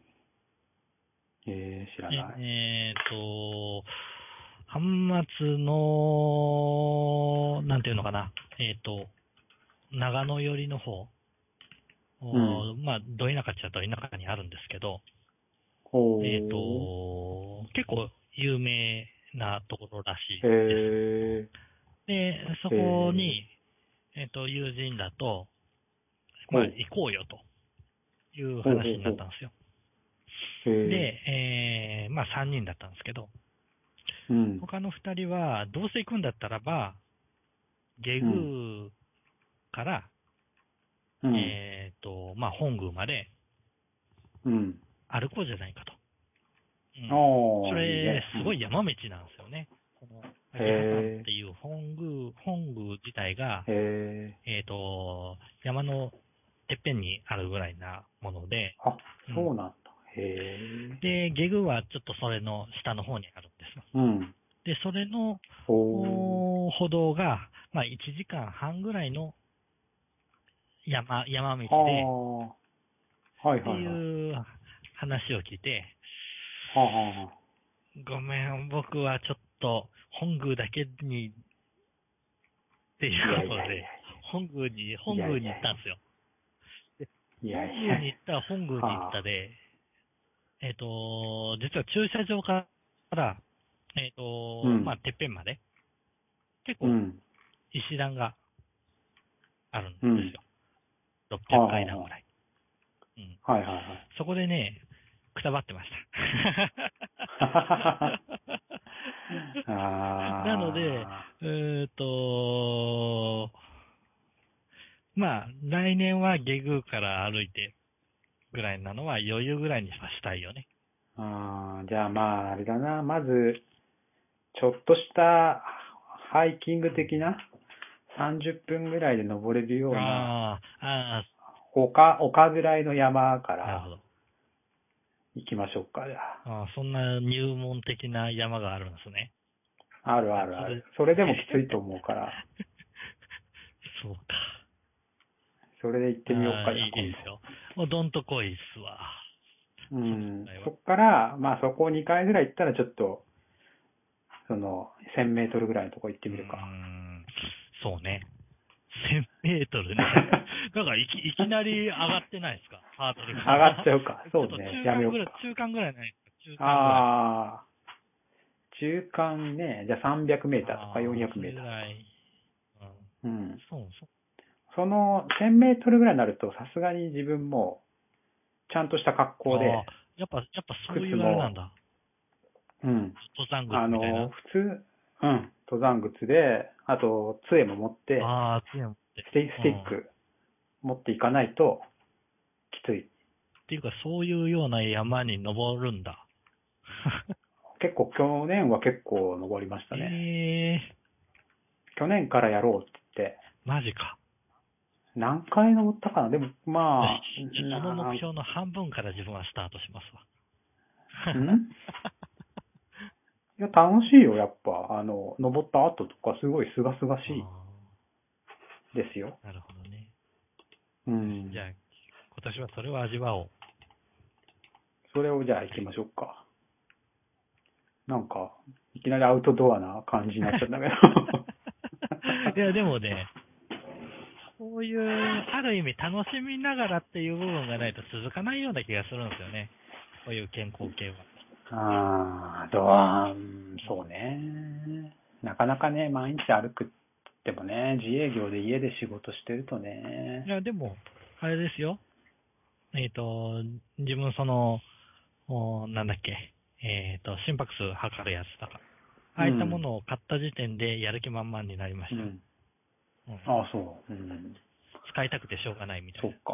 S1: えー、知らない。
S2: えっ、と、端末の、なんていうのかな、えっ、と、長野寄りの方、おーまあ、ど田舎っちゃど田舎にあるんですけど、
S1: ほう。
S2: えっ、と、結構有名なところらしいで
S1: へえ。
S2: す。で、そこに、えっ、と、友人だと、まあ、
S1: うん
S2: 行こうよという話になったんですよ。
S1: へえ、
S2: で、えーまあ、3人だったんですけど、
S1: うん。
S2: 他の2人は、どうせ行くんだったらば、下宮から、
S1: うん。
S2: えっ、と、まあ、本宮まで
S1: うん。
S2: 歩こうじゃないかと。うん
S1: おー
S2: それ、すごい
S1: いいね
S2: 山道なんですよね。この、秋葉原っていう本宮、本宮自体が、
S1: うんへえ。
S2: えっ、と、山のてっぺんにあるぐらいなもので、
S1: あ、そうなんだ。へえ。
S2: で、下宮はちょっとそれの下の方にあるんですよ。
S1: うん。
S2: で、それの
S1: ほう。
S2: おー歩道が、まあ、1時間半ぐらいの山、山道で、
S1: ああ。はい
S2: って
S1: はいはい。
S2: いう話を聞いて、
S1: はあはあはあ
S2: ごめん、僕はちょっと、本宮だけに、っていうこと
S1: いやいやい
S2: で
S1: や、
S2: 本宮に、本宮に行ったんですよ。
S1: いや
S2: 本
S1: いや
S2: 宮に行ったら本宮に行ったで、えっ、と、実は駐車場から、えっ、と、
S1: うん
S2: まあ、てっぺんまで、結
S1: う
S2: 構
S1: ん。
S2: 石段があるんですよ。600階段ぐらい。うん。
S1: はいはいはい。。
S2: そこでね、くたばってました
S1: ああ。
S2: なので、えーっと、まあ、来年は下宮から歩いてぐらいなのは余裕ぐらいにはしたいよね。
S1: あーじゃあまあ、あれだな、まず、ちょっとしたハイキング的な、30分ぐらいで登れるような、
S2: ああ、あ
S1: 丘、丘ぐらいの山か
S2: あ、なるほ
S1: ら
S2: ど。
S1: 行きましょうか、じゃあ。
S2: ああそんな入門的な山があるんですね。
S1: あるあるある。それでもきついと思うから、
S2: そうか。
S1: それで行ってみようか、
S2: ああ
S1: じゃあ
S2: いいですよ。もうどんとこいっすわ。
S1: 今度うん
S2: そうですね。
S1: そっから、まあそこ2回ぐらい行ったらちょっと、その、1000メートルぐらいのとこ行ってみる
S2: うー
S1: か。
S2: んそうね。1000メー トルね。なんかいき、いきなり上がってないですかハードル
S1: 上がっち
S2: ゃう。
S1: ゃう か。そう
S2: ちょっと
S1: ね。
S2: 中
S1: やめよ
S2: 間
S1: う
S2: ぐらい
S1: か。、
S2: 中間ぐらいないですか中間
S1: ああ、中間ね、じゃあ300メー
S2: ぐら
S1: ター
S2: い。
S1: とか400メー
S2: それぐ
S1: ター。
S2: らいうん
S1: うん。
S2: そうそう。
S1: その1000メートルぐらいになると、さすがに自分も、ちゃんとした格好で
S2: あ、あやっぱ、やっぱそういうあれなんだ。
S1: うん。
S2: 登山
S1: あ
S2: 靴みたい
S1: の、
S2: な。
S1: 普通、うん、登山靴で、あと、杖も持って、
S2: ああ、杖持って。
S1: ステイスティッ
S2: うんっ
S1: ク持っていかないと、きつい。
S2: ていうか、そういうような山に登るんだ。
S1: 結構、去年は結構登りましたね。
S2: ええ
S1: 去年からやろうって言って、
S2: ー、マジか。
S1: 何回登ったかなでも、まあ、
S2: その目標の半分から自分はスタートしますわ。
S1: んいや、楽しいよ、やっぱ。あの、登った後とか、すごい清々しい
S2: あ
S1: ですよ。
S2: ーなるほどね。
S1: うん。
S2: じゃあ、今年はそれを味わおう。
S1: それをじゃあ行きましょうか。なんか、いきなりアウトドアな感じになっちゃったけど。
S2: いや、でもね、こういう、ある意味楽しみながらっていう部分がないと続かないような気がするんですよね。こういう健康系は。
S1: あー、ドア、うんそうね。なかなかね、毎日歩くってもね、自営業で家で仕事してると
S2: い
S1: ね。
S2: や、でも、あれですよ。えっ、と、自分その、おなんだっけ、えっ、と、心拍数測るやつとか、ああいったものを買った時点でやる気満々になりまし
S1: う
S2: た。
S1: ん。
S2: うん
S1: ああ、そう。うん。
S2: 使いたくてしょうがないみた
S1: そ
S2: い
S1: っ
S2: な。
S1: か。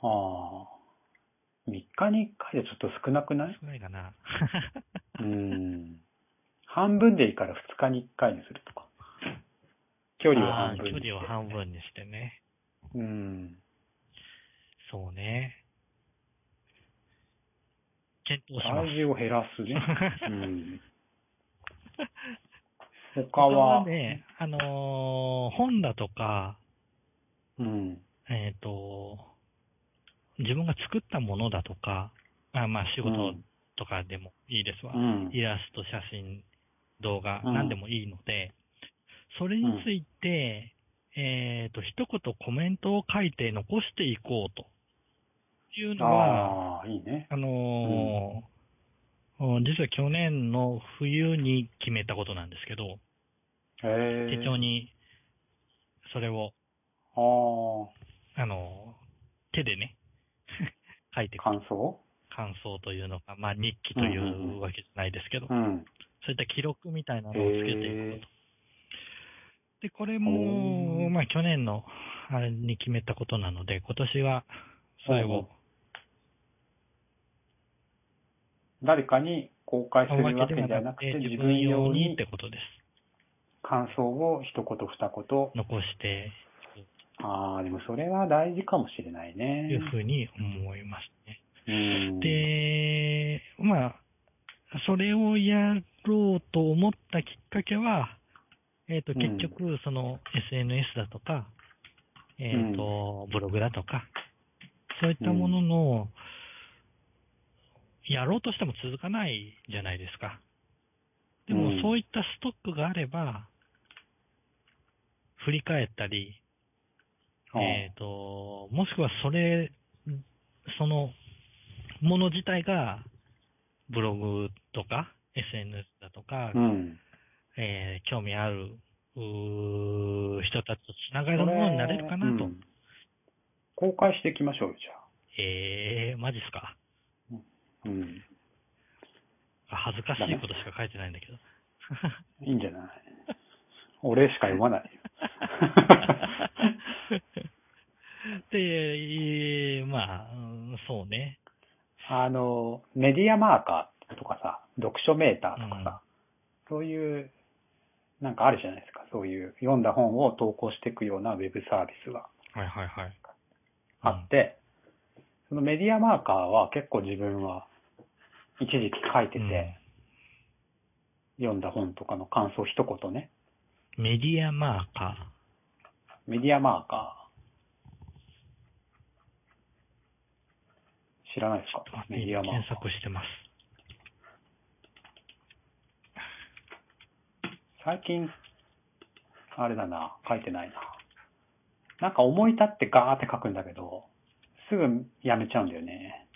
S1: ああ。3日に1回でちょっと少なくない
S2: 少ないかな。
S1: うん。半分でいいから2日に1回にするとか。距離を
S2: あ
S1: 半
S2: ー
S1: 分にして
S2: 距離を半分にしてね。
S1: うん。
S2: そうね。検討します。
S1: 体重を減らすね。うん。他
S2: 他
S1: は、
S2: はね、あのー本だとか、
S1: うん。
S2: えっ、と、自分が作ったものだとか、あまあ仕事とかでもいいですわ。
S1: うん。
S2: イラスト、写真、動画、
S1: うん
S2: 何でもいいので、それについて、えっと、一言コメントを書いて残していこうというのは、
S1: ああ、いいね。
S2: あのー実は去年の冬に決めたことなんですけど、
S1: へえ。
S2: 手帳に、それを、
S1: ああ、
S2: あのー手 でね、書いていく
S1: 感想
S2: 感想というのか、まあ日記とい
S1: んうんう
S2: うんうわけじゃないですけど、
S1: うん。
S2: そういった記録みたいなのをつけていくこと。で、これ
S1: おー
S2: も、まあ去年のあれに決めたことなので、今年はそれを
S1: 誰かに公開す
S2: おま
S1: るわ
S2: け
S1: け
S2: では
S1: じゃ
S2: な
S1: な
S2: く
S1: く
S2: て
S1: て、
S2: 自
S1: 自
S2: 分
S1: 分
S2: 用
S1: 用
S2: にっ
S1: に
S2: てことです。
S1: 感想を一言二言。
S2: 残して
S1: ああ、でもそれは大事かもしれない
S2: と
S1: ね。
S2: いうふうに思いますね。
S1: うん、
S2: で、まあ、それをやろうと思ったきっかけは、えっ、と、
S1: うん
S2: 結局、その SNS だとか、えっ、と、ブログだとか、そういったものの、やろうとしても続かないじゃないですか。でも
S1: う、ん
S2: そういったストックがあれば、振り返ったり、
S1: うん
S2: えっ、と、もしくはそれ、そのもの自体が、ブログとか、SNS だとか、
S1: うん。
S2: えー興味ある、うー人たちとつながるものになれるかなと。
S1: うん公開していきましょうよ、じゃあ。
S2: えー、マジっすか。
S1: うん。
S2: 恥ずかしいことしか書いてないんだ けど。
S1: いいんじゃない 俺しか読まないよ。
S2: で、えーまあ、うんそうね。
S1: あの、メディアマーカーとかさ、読書メーターとかさ、そういう、なんかあるじゃないですか。そういう読んだ本を投稿していくようなウェブサービスが
S2: はいはいはい。
S1: あって、そのメディアマーカーは結構自分は一時期書いてて、読んだ本とかの感想一言ね、
S2: うんメディアマーカ
S1: メディアマーカー。知らないですか
S2: ー。
S1: メディアマー
S2: 検
S1: カー。
S2: 索してます。
S1: 最近、あれだな、書いてないな。なんか思い立ってガーって書くんだけど、すぐやめちゃうんだよね。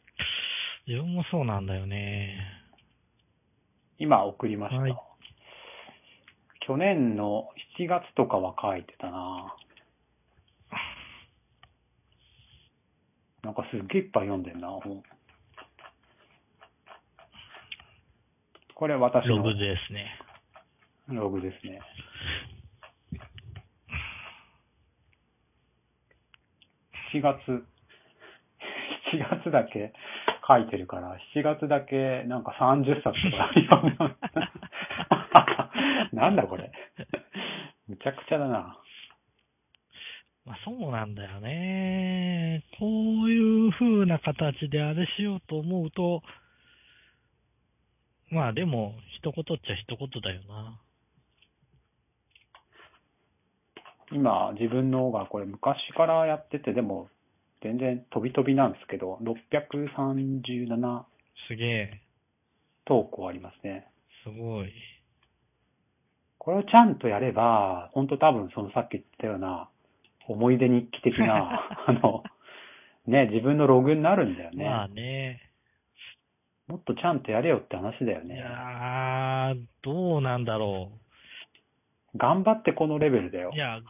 S2: 自分もそうなんだよね。
S1: 今送りました。
S2: はい
S1: 去年の7月とかは書いてたな。なんかすっげえいっぱい読んでんな、本これ私の
S2: ログですね。
S1: ログですね。7月、7月だけ書いてるから、7月だけなんか30冊とか なんだこれ。むちゃくちゃだな。
S2: まあそうなんだよね。こういう風な形であれしようと思うと、まあでも、一言っちゃ一言だよな。
S1: 今、自分のがこれ昔からやってて、でも、全然飛び飛びなんですけど、637
S2: すげえ。
S1: 投稿ありますね。
S2: すごい。
S1: これをちゃんとやれば、本当多分そのさっき言ったような、思い出日記的 な、あの、ね、自分のログになるんだよね。
S2: まあね。
S1: もっとちゃんとやれよって話だよ
S2: い
S1: ね。
S2: やー、どうなんだろ
S1: 頑張ってこのレベルだよ
S2: う。い。や、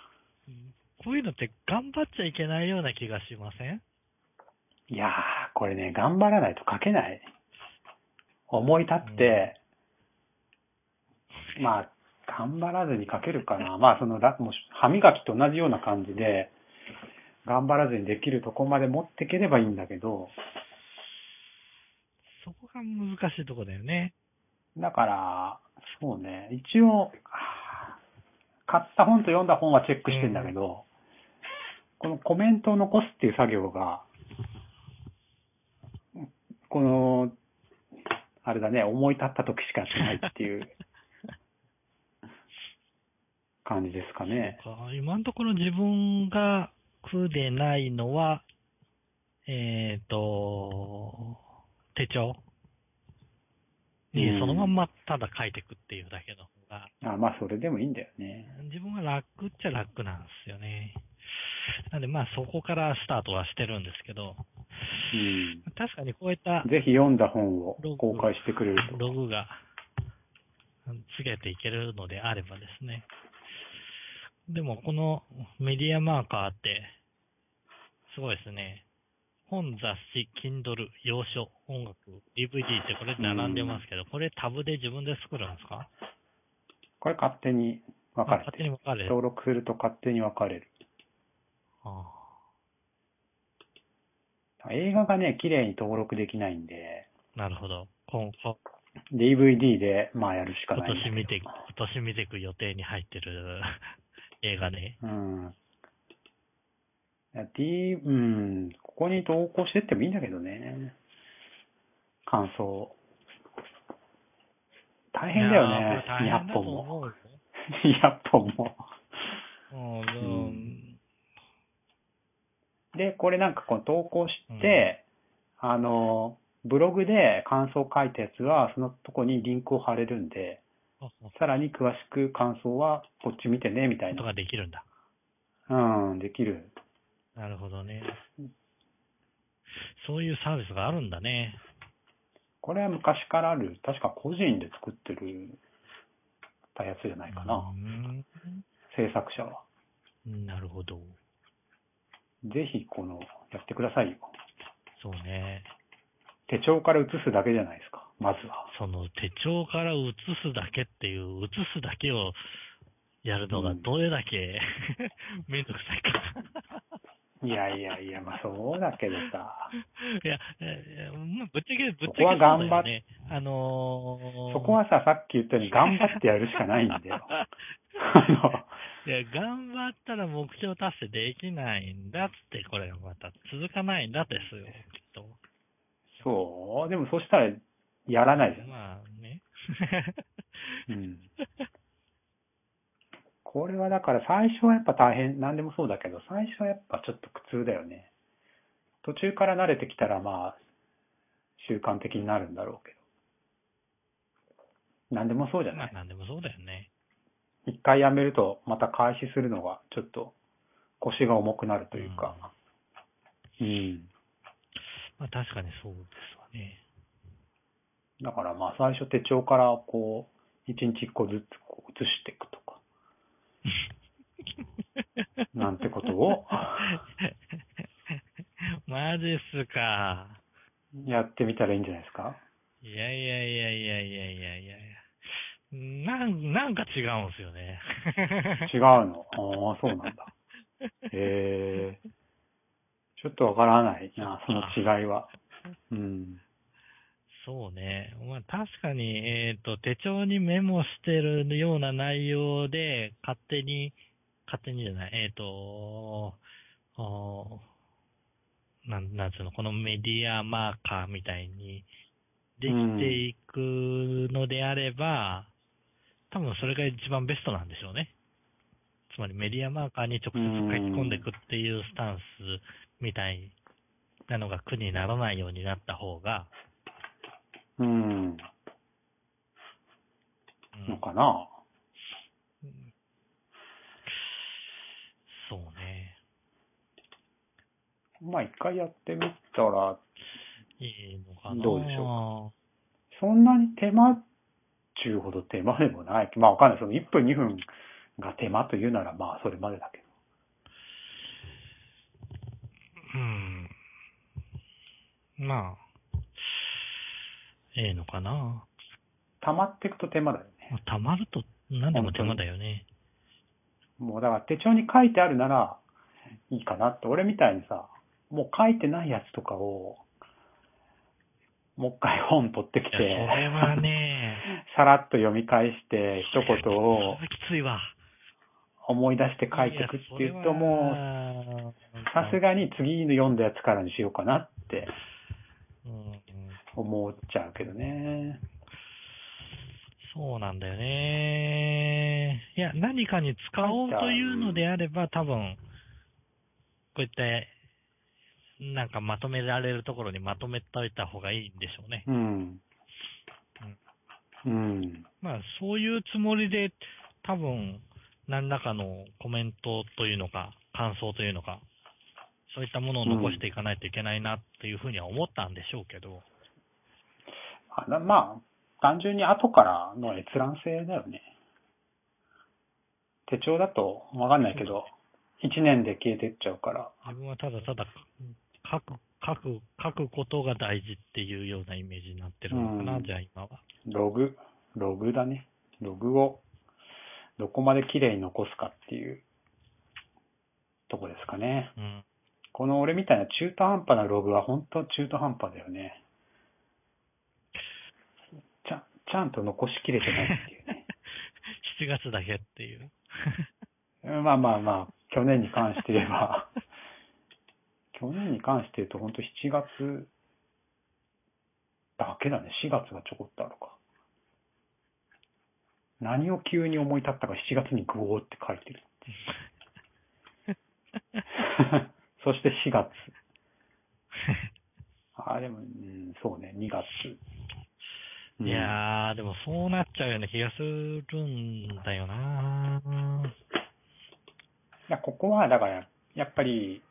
S2: こういうのって頑張っちゃいけないような気がしません
S1: いやー、これね、頑張らないと書けない。思い立って、まあ、頑張らずに書けるかな。まあ、その、らもう歯磨きと同じような感じで、頑張らずにできるとこまで持ってければいいんだけど、
S2: そこが難しいとこだよね。
S1: だから、そうね、一応、あー買った本と読んだ本はチェックしてんだけど、このコメントを残すっていう作業が、この、あれだね、思い立った時しかやってないって いう感じですかね。
S2: か今のところ自分が苦でないのは、えっ、と、手帳に
S1: うん
S2: そのまんまただ書いていくっていうだけの方が、
S1: あまあ、それでもいいんだよね。
S2: 自分は楽っちゃ楽なんですよね。なんでまあそこからスタートはしてるんですけど、確かにこういった
S1: うん。ぜひ読んだ本を公開してくれると。
S2: ログがつけていけるのであればですね。でも、このメディアマーカーって、すごいですね。本、雑誌、Kindle、洋書、音楽、DVD ってこれ並んでますけど、これタブで自分で作るんですか
S1: これ勝手に分かれ
S2: 勝
S1: て
S2: 手に
S1: る。
S2: 分かれる。
S1: 登録すると勝手に分かれる。
S2: あ
S1: 映画がね、綺麗に登録できないんで、
S2: あなるほど。今後、
S1: DVD で、まあやるしか
S2: 今
S1: ないんだけ
S2: 年
S1: ど
S2: 見ていく、今年見ていく予定に入ってる 映画ね。
S1: うん。いや D、うん、ここに投稿してってもいいんだけどね。感想。大変だよ
S2: いや
S1: ね
S2: ーこれ、大変
S1: 200
S2: だと
S1: 本 も。
S2: 思うよ。
S1: 200本も。
S2: う
S1: う
S2: んうん
S1: で、これなんかこう投稿して、あの、ブログで感想書いたやつは、そのとこにリンクを貼れるんで、
S2: ああ
S1: さらに詳しく感想はこっち見てね、みたい
S2: こと
S1: な。
S2: ができるんだ。
S1: うん、できる。
S2: なるほどね。そういうサービスがあるんだね。
S1: これは昔からある、確か個人で作ってるやつじゃないかな、
S2: うん
S1: 制作者は。
S2: なるほど。
S1: ぜひ、この、やってくださいよ。
S2: そうね。
S1: 手帳から写すだけじゃないですか、まずは。
S2: その手帳から写すだけっていう、写すだけをやるのがどれだけ、 めんどくさいか。
S1: いやいやいや、まあそうだけどさ、
S2: いや、えーまあぶっちゃけ、ぶ
S1: そ
S2: っちゃけ
S1: こは頑張っ
S2: そうだよね。あのー
S1: そこはさ、さっき言ったように頑張ってやるしかないん だよ。あ
S2: いや、頑張ったら目標達成できないんだっつって、これがまた続かないんだですよ、きっと。
S1: の、そう、でもそしたら、やらないじゃ
S2: まあね。
S1: ん。うん。 これはだから最初はやっぱ大変、何でもそうだけど、最初はやっぱちょっと苦痛だよね。途中から慣れてきたらまあ、習慣的になるんだろうけど。何でもそうじゃ
S2: ま
S1: な
S2: あ
S1: い
S2: なんでもそうだよね。
S1: 一回やめると、また開始するのが、ちょっと、腰が重くなるというか。うん。
S2: まあ確かにそうですわね。
S1: だからまあ、最初手帳から、こう、一日一個ずつこう移していくとか。なんてことを
S2: マジっすか。
S1: やってみたらいいんじゃないですか
S2: いやいやいやいやいやいやいやいや。なん、なんか違うんすよね。
S1: 違うの。ああ、そうなんだ。へえ。ちょっとわからないな、その違いは。うん。
S2: そうね。まあ確かに、えっ、と、手帳にメモしてるような内容で、勝手に、勝手にじゃない、えっ、と、おなん、なんつうの、このメディアマーカーみたいにできていくのであれば、多分それが一番ベストなんでしょうね。つまりメディアマーカーに直接書き込んでいくっていうスタンスみたいなのが苦にならないようになった方が、
S1: うん。
S2: うん
S1: のかな。
S2: そうね。
S1: まあ、一回やってみたら、
S2: いいのかな。
S1: どうでし
S2: ょ
S1: そんなに手間っちゅうほど手間でもない。まあわかんない。その1分2分が手間というならまあそれまでだけど。
S2: う。うん。まあ、ええのかな。
S1: 溜まっていくと手間だよね。
S2: まあ溜まると何でも手間だよね。
S1: もうだから手帳に書いてあるならいいかなって。俺みたいにさ、もう書いてないやつとかを、もう一回本取ってき
S2: いや、そ
S1: て、
S2: れはね、
S1: さらっと読み返して、 一言を
S2: それはきついわ。
S1: 思い出して書いていくっていうともう、
S2: もう
S1: さす。がに次の読んだやつからにしようかなって
S2: うん
S1: 思っちゃうけどね。
S2: そうなんだよね。いや、何かに使おうというのであれば、多分、こうやって、なんかまとめられるところにまとめておいた方がいいんでしょうね。
S1: うん。うん。
S2: まあ、そういうつもりで、多分、何らかのコメントというのか、感想というのか、そういったものを残していかないといけないなっていうふうには思ったんでしょうけど、
S1: あなまあ、単純に後からの閲覧性だよね。手帳だとわかんないけど、1年で消えてっちゃうから。
S2: 自分はただただ書く、書く、書くことが大事っていうようなイメージになってるのかな、
S1: うん
S2: じゃあ今は。
S1: ログ、ログだね。ログをどこまで綺麗に残すかっていうとこですかね。
S2: うん。
S1: この俺みたいな中途半端なログは本当中途半端だよね。ちゃん、ちゃんと残しきれてないっていうね。
S2: 7月だけっていう。
S1: うんまあまあまあ、去年に関して言えば、 去年に関して言うと本当7月だけだね。4月がちょこっとあるか。何を急に思い立ったか7月にグオーって書いてるっていう そして4月。ああ、でも、うん、そうね、2月。うん
S2: いやー、でもそうなっちゃうような気がするんだよなー
S1: いや、ここは、だから、やっぱり、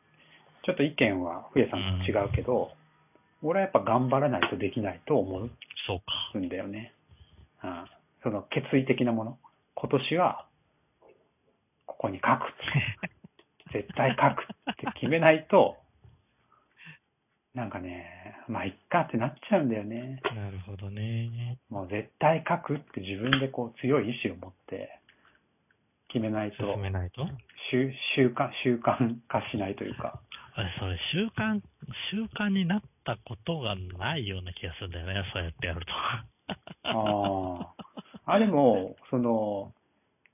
S1: ちょっと意見は、ふえさんと違うけど、俺はやっぱ頑張らないとできないと思
S2: そう か。
S1: うんだよね。うん。その、決意的なもの。今年は、ここに書く。絶対書くって決めないと、 なんかね、まあ、いっかってなっちゃうんだよね。
S2: なるほどね。
S1: もう絶対書くって自分でこう強い意志を持って決めないと
S2: 進めないと
S1: 習習慣、習慣化しないというか。
S2: あれ、それ、習慣、習慣になったことがないような気がするんだよね、そうやってやると。
S1: ああ。あ、でも、その、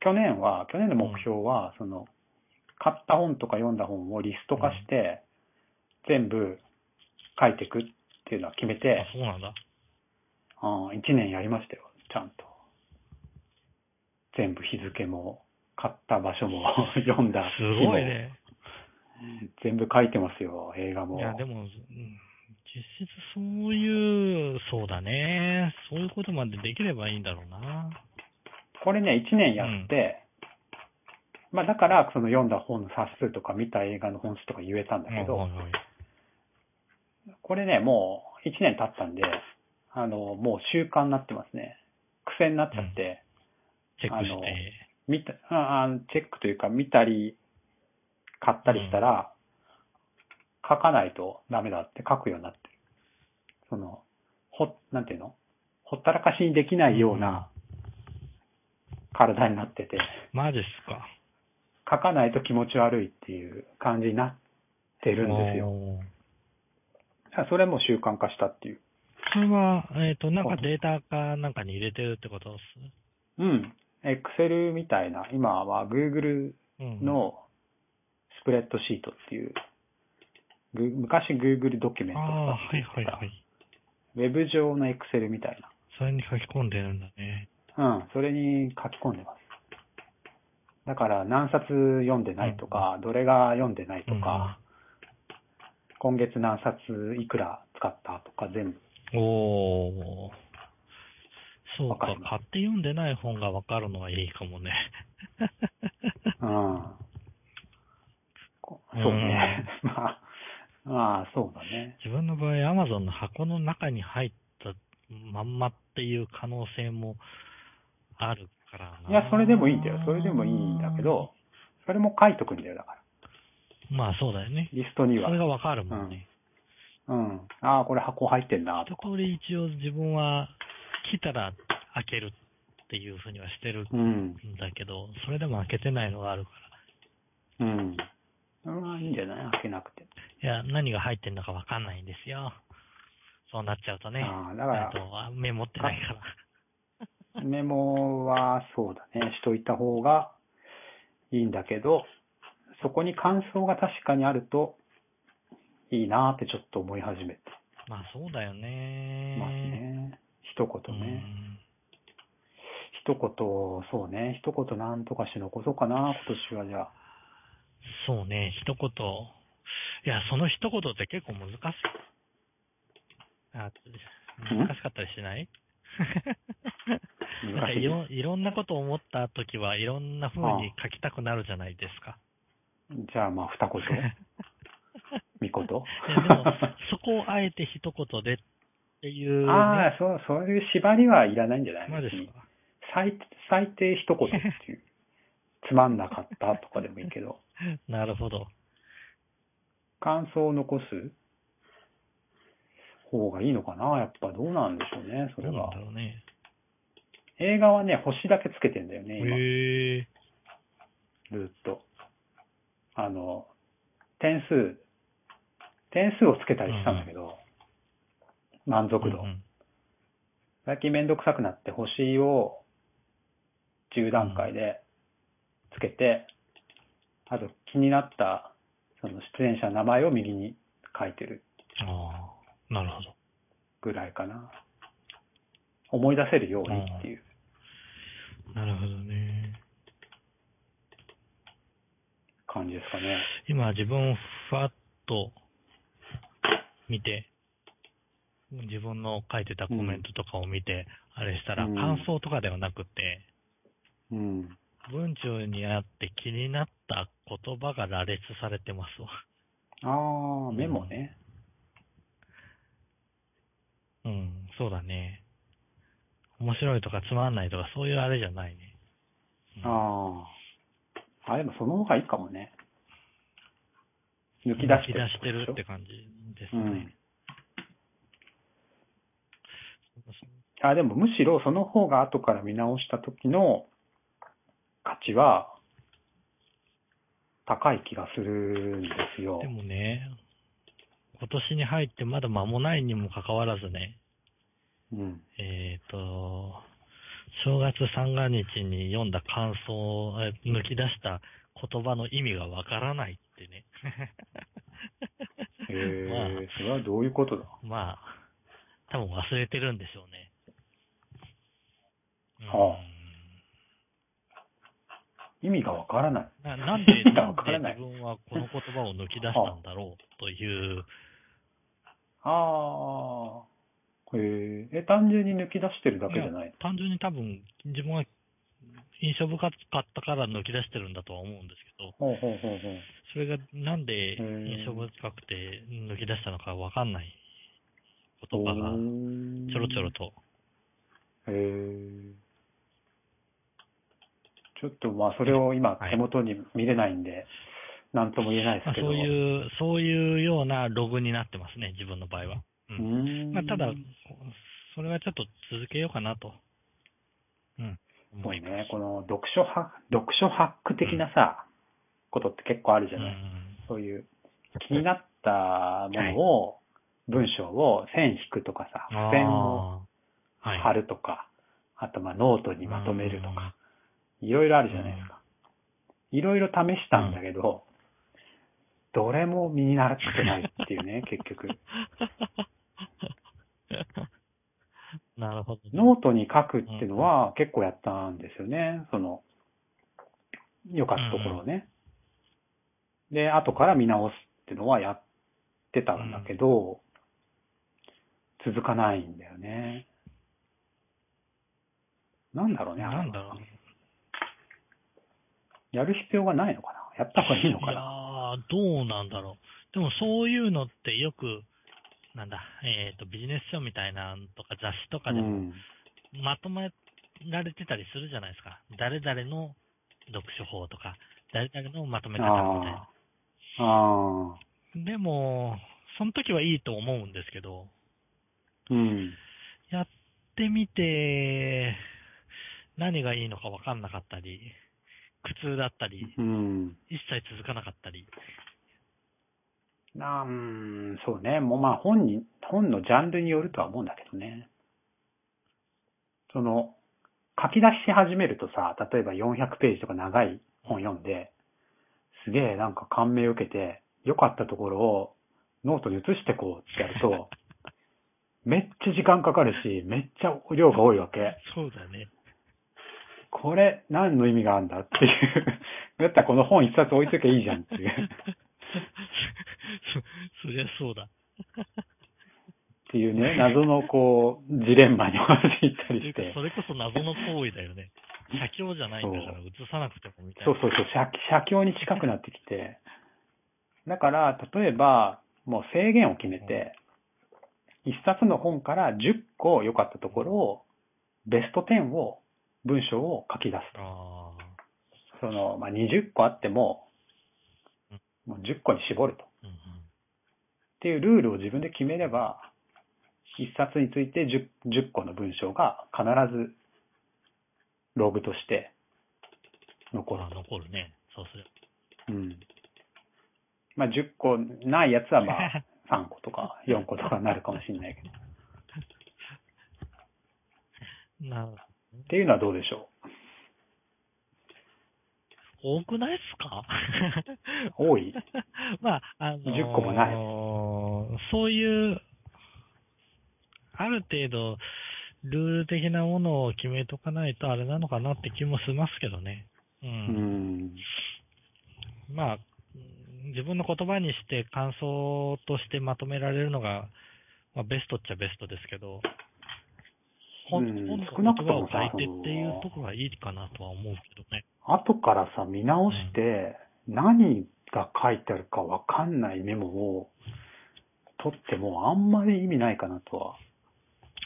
S1: 去年は、去年の目標は、その、買った本とか読んだ本をリスト化して、全部書いてくっていうのは決め
S2: あ
S1: て、
S2: そうなんだ。
S1: うん、1年やりましたよ、ちゃんと。全部日付も、買った場所 も、読んだ
S2: す
S1: 日も
S2: ごいね。
S1: 全部書いてますよ、映画も。
S2: いや、でも、うん実質そういう、そうだね。そういうことまでできればいいんだろうな。
S1: これね、1年やって、まあだから、その読んだ本の冊数とか見た映画の本数とか言えたんだけど、
S2: はいはいはい
S1: これね、もう1年経ったんで、あの、もう習慣になってますね。癖になっちゃって、
S2: チェックし
S1: あの
S2: て。
S1: 見た、ああチェックというか見たり、買ったりしたら、書かないとダメだって書くようになってる。その、ほ、なんていうのほったらかしにできないような体になってて。
S2: マジっすか。
S1: 書かないと気持ち悪いっていう感じになってるんですよ。
S2: おー
S1: だからそれも習慣化したっていう。
S2: それは、えっ、と、なんかデータかなんかに入れてるってことっす。
S1: うん。Excel みたいな、今は Google
S2: うん。
S1: のスプレッドシートっていう、ぐ昔 Google ドキュメン
S2: あ
S1: ト
S2: あ、
S1: だ
S2: は
S1: った
S2: いはいはい。
S1: ウェブ上の Excel みたい
S2: それに書き込んでるんだね。
S1: な。うん。それに書き込んでます。だから何冊読んでないとか、どれが読んでないとか、今月何冊いくら使ったとか 全部。
S2: おお。そうか
S1: わかり、ます
S2: 買って読んでない本がわかるのはいいかもね。
S1: うんこそうね。 まあ、まあ、そうだね。
S2: 自分の場合、Amazon の箱の中に入ったまんまっていう可能性もあるからな。
S1: いや、それでもいいんだよ。それでもいいんだけど。、それも書いとくんだよ、だから。
S2: まあそうだよね。
S1: リスト
S2: そ
S1: には。
S2: れがわかるもんね。
S1: うん。ああ、これ箱入ってんな、と
S2: 一
S1: か。
S2: 通り一応自分は来たら開けるっていうふうにはしてるん
S1: うん。
S2: だけど、それでも開けてないのがあるか
S1: うん。それはいいんじゃない開けなくて。
S2: ら。いや、何が入ってんのかわかんないんですよ。そうなっちゃうとね。
S1: ああ、だから
S2: えっ、とあメモってないから。
S1: メモはそうだね、しといた方がいいんだけど、そこに感想が確かにあると、いいなーってちょっと思い始めて
S2: まあそうだよ
S1: ます
S2: ね。
S1: ね。一
S2: う
S1: 言ね。
S2: ん
S1: 一言、そうね、一言なんとかして残そうかな、今年はじゃあ。
S2: そうね、一言。いや、その一言って結構難しい。あ難しかったりしないなんか
S1: 難し
S2: い
S1: い
S2: ろいろんなことを思った時はいろんな風に書きたくなるじゃないですか。
S1: じゃあ、まあ、二言三言
S2: いやでも、そこをあえて一言でっていう、ね、
S1: ああ、そう、そういう縛りはいらないんじゃない
S2: まあです
S1: 別に
S2: か。
S1: 最最低一言っていう。つまんなかったとかでもいい けど。
S2: なるほど。
S1: 感想を残す方がいいのかなやっぱどうなんでしょうね、そ
S2: どう
S1: れ
S2: なん
S1: は
S2: だ。ろうね。
S1: 映画はね、星だけつけてんだよね、今、
S2: へえ。
S1: ずっと。あの、点数、点数をつけたりしたんだけど、満足度。
S2: うんうん
S1: 最近めんどくさくなって、星を10段階でつけて、あと気になった、その出演者の名前を右に書いてる
S2: ああ、なるほど。
S1: ぐらいかな。思い出せるようにっていう。
S2: なるほどね。
S1: 感じですかね。
S2: 今自分をふわっと見て、自分の書いてたコメントとかを見て、あれしたら、
S1: うん
S2: 感想とかではなくて、
S1: うん。
S2: 文章にあって気になった言葉が羅列されてますわ。
S1: ああ、メモね。
S2: うん、そうだね。面白いとかつまんないとかそういうあれじゃないね。うん
S1: ああ。あ、でもその方がいいかもね。抜き出して
S2: 抜き出してるって感じです
S1: う
S2: ね。
S1: ん。あ、でもむしろその方が後から見直した時の価値は高い気がするんですよ
S2: で。もね、今年に入ってまだ間もないにもかかわらずね、
S1: うん。
S2: えっ、と、正月三が日に読んだ感想をえー抜き出した言葉の意味がわからないってね。
S1: へえ
S2: まあ
S1: それはどういうことだ
S2: まあ、多分忘れてるんでしょうね。うん
S1: は意味がわからない。
S2: なな んで、
S1: 意味が
S2: なん
S1: わ
S2: で
S1: からない
S2: 自分はこの言葉を抜き出したんだろうという、
S1: ああ。へええ、単純に抜き出してるだけじゃない
S2: いや単純に多分自分は印象深かったから抜き出してるんだとは思うんですけど、
S1: ほうほうほうほう。
S2: それがなんで
S1: うん
S2: 印象深くて抜き出したのかわかんない言
S1: と
S2: 葉
S1: か
S2: がちょろちょろ。と。
S1: へえ。ちょっとまあそれを今
S2: はい
S1: 手元に見れないんで、なんとも言えないで
S2: ますあ、
S1: けど。
S2: そういう、そういうようなログになってますね、自分の場合は。う
S1: うー
S2: ん
S1: ん。
S2: まあ、ただ、それはちょっと続けようかなと。うん。
S1: も
S2: 思
S1: う
S2: います。
S1: ね、この読書ハック、読書ハック的なさ、ことって結構あるじ
S2: う
S1: ゃない。
S2: ん。
S1: そういう、気になったものを、文章を線引くとかさ、付箋を
S2: ああ。はい。
S1: 貼るとか、あとまあノートにまとめるとか、いろいろあるじゃないですか。いろいろ試したんだけど、どれも身になってないっていう ね、結局。
S2: うん。なるほどね、
S1: ノートに書くっていうのは結構やったんですよね。その、良かったところをね。で、後から見直すっていうのはやってたんだけど、続かないんだよね。なんだろうね。あれは
S2: なんだろうね。
S1: やる必要がないのかなやった方がいいの
S2: い
S1: か
S2: や
S1: な
S2: ーどうなんだろう。でもそういうのってよく、なんだ、えっ、と、ビジネス書みたいなんとか雑誌とかで
S1: う
S2: も
S1: ん
S2: まとめられてたりするじゃないですか。誰々の読書法とか、誰々のまとめ方みたいな
S1: あ。あ。ああ。
S2: でも、その時はいいと思うんですけど、
S1: うん。
S2: やってみて、何がいいのか分かんなかったり、苦痛だったり、
S1: うん。
S2: 一切続かなかったり。
S1: なん、そうね。もうまあ本に、本のジャンルによるとは思うんだけどね。その、書き出し始めるとさ、例えば400ページとか長い本読んで、すげえなんか感銘を受けて、良かったところをノートに移してこうってやると、 めっちゃ時間かかるし、めっちゃ量が多いわけ。
S2: そうだね。
S1: これ、何の意味があるんだっていう。だったらこの本一冊置いとけばいいじゃんっていう。
S2: そそりゃそうだ。
S1: っていうね、謎のこう、ジレンマに陥った
S2: と
S1: り
S2: い
S1: し
S2: うか
S1: て、
S2: そ。れこそ謎の行為だよ ね。写経じゃないんだから映さなくてもみたいな。
S1: そうそうそう、写写経に近くなってきて。だから、例えば、もう制限を決めて、一冊の本から10個良かったところを、ベスト10を、文章を書き出すと。
S2: ああ。
S1: その、まあ、20個あっても、もう10個に絞ると。っ
S2: うんうん。
S1: ていうルールを自分で決めれば、一冊について 10, 10個の文章が必ずログとして残る
S2: あ残るね。そうする。
S1: と。うん。まあ、10個ないやつはま あ、3個とか4個とかになるかもしれないけど。っ
S2: なるほど
S1: ていうのはどうでしょ
S2: 多くないっすか
S1: う多い
S2: まあ、あのー
S1: 10個もない
S2: そういう、ある程度、ルール的なものを決めとかないとあれなのかなって気もしますけどね。う。
S1: うんん。
S2: まあ、自分の言葉にして感想としてまとめられるのが、まあ、ベストっちゃベストですけど、ほん
S1: うん
S2: 本
S1: 少
S2: 当
S1: な
S2: の
S1: く
S2: 言
S1: と
S2: 葉
S1: も
S2: を
S1: さ
S2: 書いてっていうところはいいかなとは思うけどね。
S1: 後からさ、見直して、何が書いてあるかわかんないメモを取ってもあんまり意味ないかなとは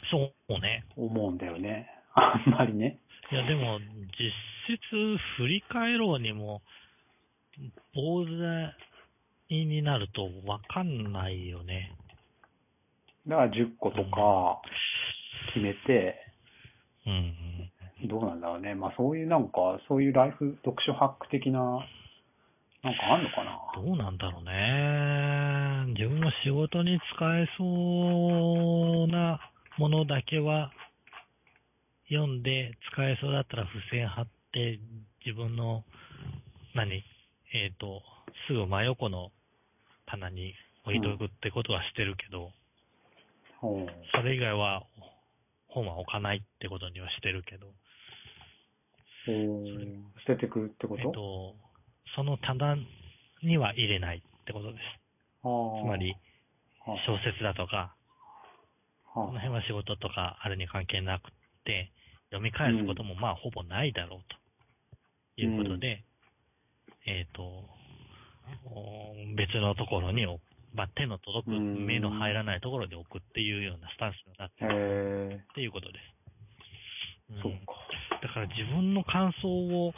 S2: そうね。
S1: 思うんだよね。あんまりね。
S2: いや、でも、実質、振り返ろうにも、坊主になると分かんないよね。
S1: だから10個とか決めて、
S2: うん。
S1: どうなんだろうね。まあそういうなんか、そういうライフ、読書ハック的な、なんかあんのかな。
S2: どうなんだろうね。自分も仕事に使えそうなものだけは読んで、使えそうだったら付箋貼って、自分の、何えっ、と、すぐ真横の棚に置いとくってことはしてるけど、
S1: うん
S2: それ以外は本は置かないってことにはしてるけど、
S1: うん捨ててくってこ
S2: え
S1: と、
S2: っと、その棚には入れないってことです。
S1: ああ
S2: つまり、
S1: ああ
S2: 小説だとか、
S1: あ
S2: この辺は仕事とかあれに関係なくって、読み返すこともまあほぼないだろうということで、えっ、と、お別のところに置く、まあ、手の届く、
S1: うん
S2: 目の入らないところで置くっていうようなスタンスになって
S1: へ
S2: る
S1: え
S2: っていうことです。うん
S1: そうか。
S2: だから自分の感想を、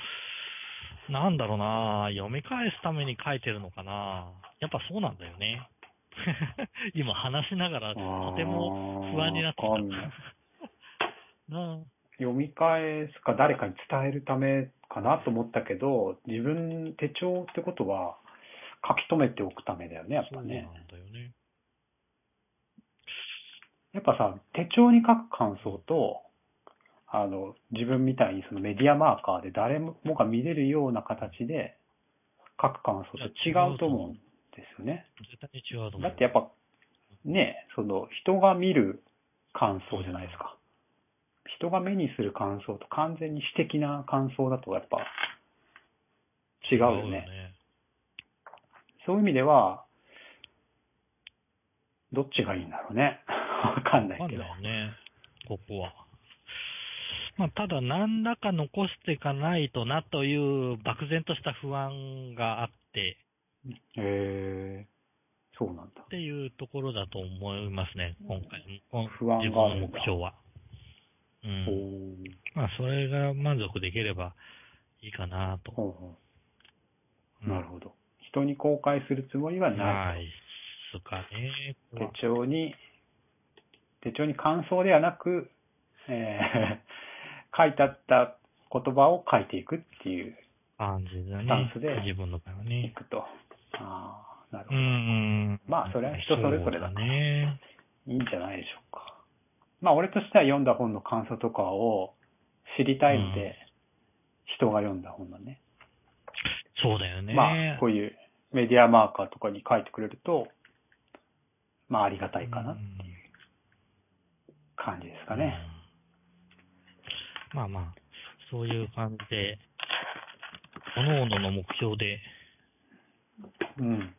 S2: なんだろうな読み返すために書いてるのかなやっぱそうなんだよね。 今話しながら、とても不安になってき
S1: あーわかんない
S2: た。なあ
S1: 読み返すか誰かに伝えるためかなと思ったけど、自分手帳ってことは書き留めておくためだよね、やっ
S2: そう
S1: ぱ
S2: なんだよ
S1: ね。
S2: ね。
S1: やっぱさ、手帳に書く感想と、あの、自分みたいにそのメディアマーカーで誰もが見れるような形で書く感想と違うと思うんですよね。
S2: 絶対に違うと思う。
S1: だってやっぱ、ね、その人が見る感想じゃないですか。人が目にする感想と完全に私的な感想だとやっぱ違うよね。そういう意味では、どっちがいいんだろうね。 わかんな
S2: わか
S1: い
S2: ん
S1: けど。
S2: ないね、ここは。まあ、ただ、何らか残していかないとなという漠然とした不安があって、
S1: へえそうなんだ
S2: っ。ていうところだと思いますね、今回の。
S1: 不安がある
S2: 自分の
S1: んだ
S2: 目標は。う
S1: お
S2: ん。
S1: ー
S2: まあ、それが満足できればいいかなと。
S1: ほうほうなるほど。人に公開するつもりは
S2: どな
S1: ない
S2: いっすかね。
S1: と。手帳に、手帳に感想ではなく、えー 書いてあった言葉を書いていくっていう、
S2: 感じだ
S1: スタン
S2: ね
S1: スで。
S2: 自分の場合はいね。
S1: くと。ああ、なる
S2: う
S1: ほど。
S2: ん。
S1: まあそれは人それぞれだな
S2: そうね。
S1: いいんじゃないでしょうか。まあ、俺としては読んだ本の感想とかを知りたいので、
S2: うん
S1: 人が読んだ本だね。
S2: そうだよね。
S1: まあ、こういうメディアマーカーとかに書いてくれると、まあ、ありがたいかなっていう感じですかね。
S2: うん。まあまあ、そういう感じで、各々の目標で、
S1: うん。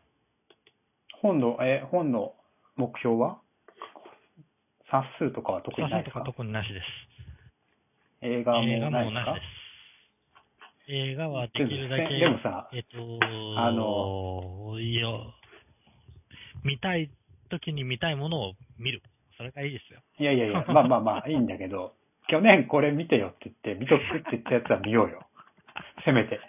S1: 本の、え、本の目標は冊数とかは特にない
S2: 冊数
S1: ですか
S2: とか特になしです。
S1: 映画
S2: 映
S1: も
S2: 画
S1: な
S2: も
S1: いで
S2: な
S1: す
S2: し
S1: か
S2: です。映画はできるだけ、
S1: でもさ
S2: えっと、
S1: あ
S2: いや、見たい時に見たいものを見る。それがいいですよ。
S1: いやいやいや、まあまあまあ、いいんだけど、去年これ見てよって言って、見とくって言ったやつは見ようよ。せめ て。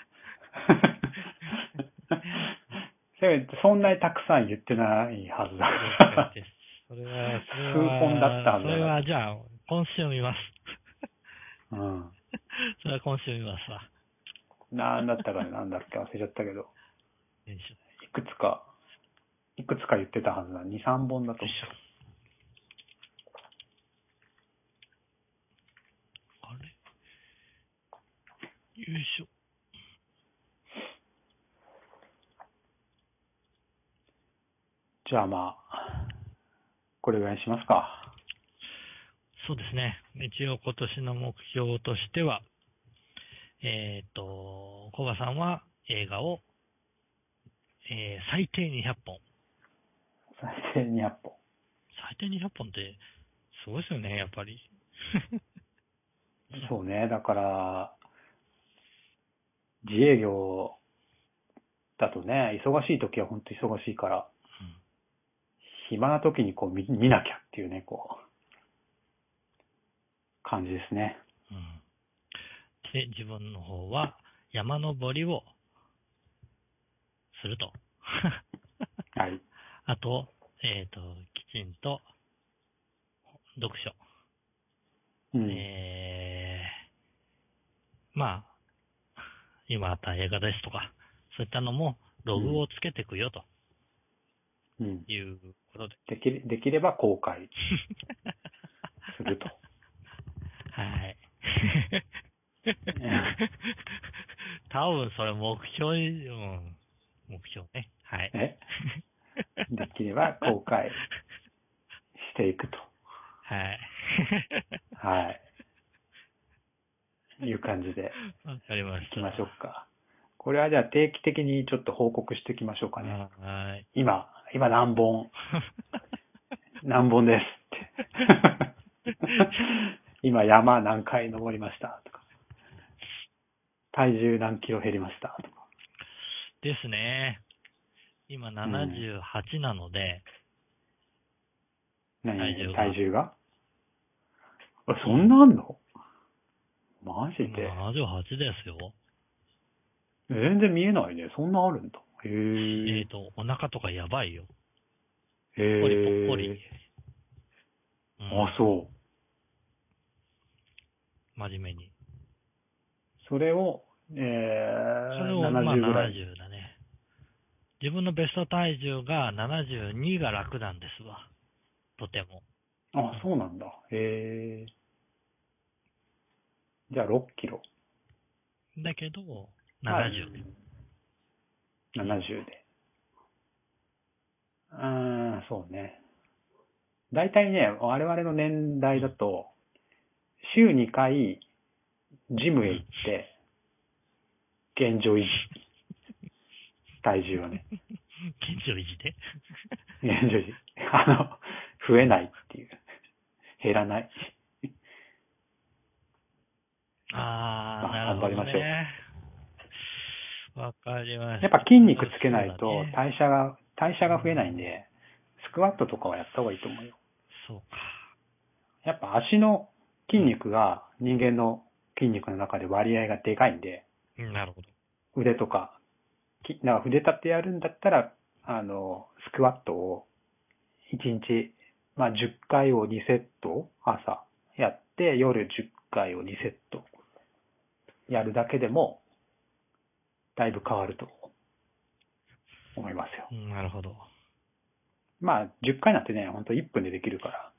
S1: せめて、そんなにたくさん言ってないはずだから。
S2: それは、それは、
S1: 数本だったんだ
S2: それは、じゃあ、今週見ます。
S1: うん。
S2: それは今週見ますわ。
S1: なんだったかね、なんだっけ、忘れちゃったけど、
S2: よいしょ
S1: いくつか、いくつか言ってたはずだ。2、3本だと
S2: よい
S1: 思
S2: しょ。あれよいしょ。
S1: う。じゃあまあ、これぐらいにしますか。
S2: そうですね。一応今年の目標としては、えっ、と、コバさんは映画を、えー最低200本。
S1: 最低200本。
S2: 最低200本って、すごいですよね、やっぱり。
S1: そうね、だから、自営業だとね、忙しい時は本当忙しいから、暇な時にこう見見なきゃっていうね、こう、感じですね。
S2: うんうんで、自分の方は山登りをすると。
S1: はい。
S2: あと、えっ、と、きちんと読書。
S1: うん。
S2: えーまあ、今あった映画ですとか、そういったのもログをつけていくよと
S1: うん、
S2: いうことで。
S1: できれできれば公開すると。
S2: はい。 多分それ目標に、うん、目標ね。はい。
S1: えできれば公開していくと。
S2: はい。
S1: はい。いう感じで。
S2: わかりまし
S1: 行き
S2: た。
S1: ましょうか。これはじゃあ定期的にちょっと報告していきましょうかね。
S2: はい。
S1: 今、今何本、何本ですって。 今山何回登りましたとか。体重何キロ減りましたとか。
S2: ですね。今78なので、
S1: 何
S2: 体重が
S1: 体重があそんなあんのマジで
S2: 今78ですよ。
S1: 全然見えないね。そんなあるんだ。へ
S2: え
S1: え
S2: っ、。と、お腹とかやばいよ。
S1: へ
S2: ぽっこりぽっこり
S1: え。。
S2: うん
S1: あ、そう。
S2: 真面目に。
S1: それを、えー、
S2: それを、まあ
S1: 70ぐらい。
S2: 70だね。自分のベスト体重が72が楽なんですわ。とても。
S1: あ、そうなんだ。へえー。じゃあ6キロ。
S2: だけど、
S1: は
S2: 70
S1: い。70で。うーん、そうね。大体ね、我々の年代だと、週2回、ジムへ行って、現状維持。体重をね、
S2: 緊張維持で。
S1: 現状維持。あの、増えないっていう。減らない。
S2: あ
S1: ま
S2: ー、
S1: あ
S2: なるほど
S1: 頑張りましょ
S2: ね。わかりまし
S1: や
S2: た。
S1: っぱ筋肉つけない
S2: そう
S1: と
S2: だね
S1: 代謝が、代謝が増えないんで、スクワットとかはやった方がいいと思うよ。
S2: そうか。
S1: やっぱ足の筋肉が人間の筋肉の中で割合がでかいんで、
S2: うんなるほど。
S1: 腕とか、きなんか腕立てやるんだったら、あの、スクワットを1日、まあ、10回を2セット、朝やって、夜10回を2セットやるだけでも、だいぶ変わると思いますよ。
S2: うんなるほど。
S1: まあ、10回なんてね、ほんと1分でできるから、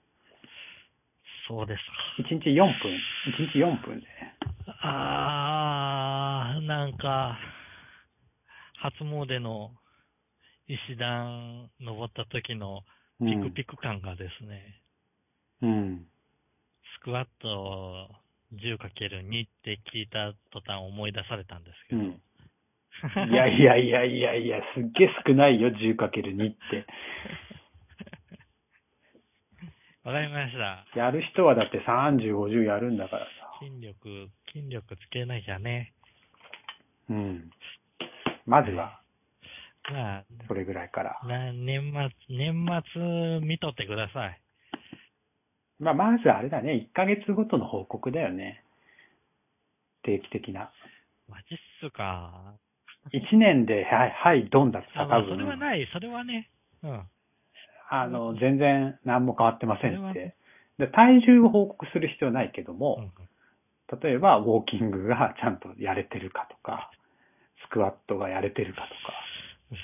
S2: そうです
S1: 1日4分、1日4分で、
S2: か。あー、なんか、初詣の石段登った時のピクピク感がですね、
S1: ク。うん。
S2: スクワットを 10×2 って聞いた途端思い出されたんですけ
S1: う
S2: ど。
S1: ん。いやいやいやいやいや、すっげえ少ないよ、10×2 って。
S2: わかりました。
S1: やる人はだって30、50やるんだからさ。
S2: 筋力、筋力つけなきゃね。
S1: うん。まずは、
S2: まあ、
S1: それぐらいから。
S2: な年末、年末見とってください。
S1: まあ、まずあれだね、1ヶ月ごとの報告だよね。定期的な。
S2: マジっすか。
S1: 1年で、はい、はい、ドンだった
S2: あ、
S1: ら
S2: ま
S1: 多
S2: あ、それは
S1: 分、
S2: ない、それはね。うん。
S1: あの、全然何も変わってませ
S2: それ
S1: ん
S2: は
S1: って。で体重を報告する必要はないけど
S2: う
S1: も、
S2: ん
S1: 例えばウォーキングがちゃんとやれてるかとか、スクワットがやれてるかとか。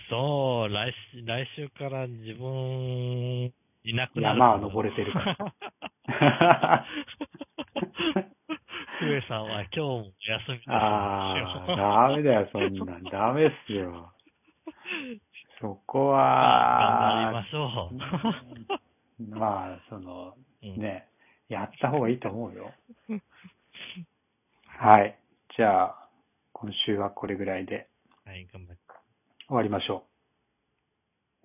S2: そう、来週、来週から自分、いなくなる。
S1: 山は登れてるか
S2: 上さんは今日もお休みです
S1: ああ、 ダメだよ、そんなん。ダメっすよ。そこは、
S2: 頑張りましょ
S1: まあ、その、
S2: う。 うん、
S1: ね、やった方がいいと思うよ。はい。じゃあ、今週はこれぐらいで
S2: はい、頑張って。
S1: 終わりましょ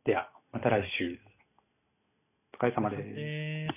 S1: う。では、また来週。お疲れ様です。
S2: で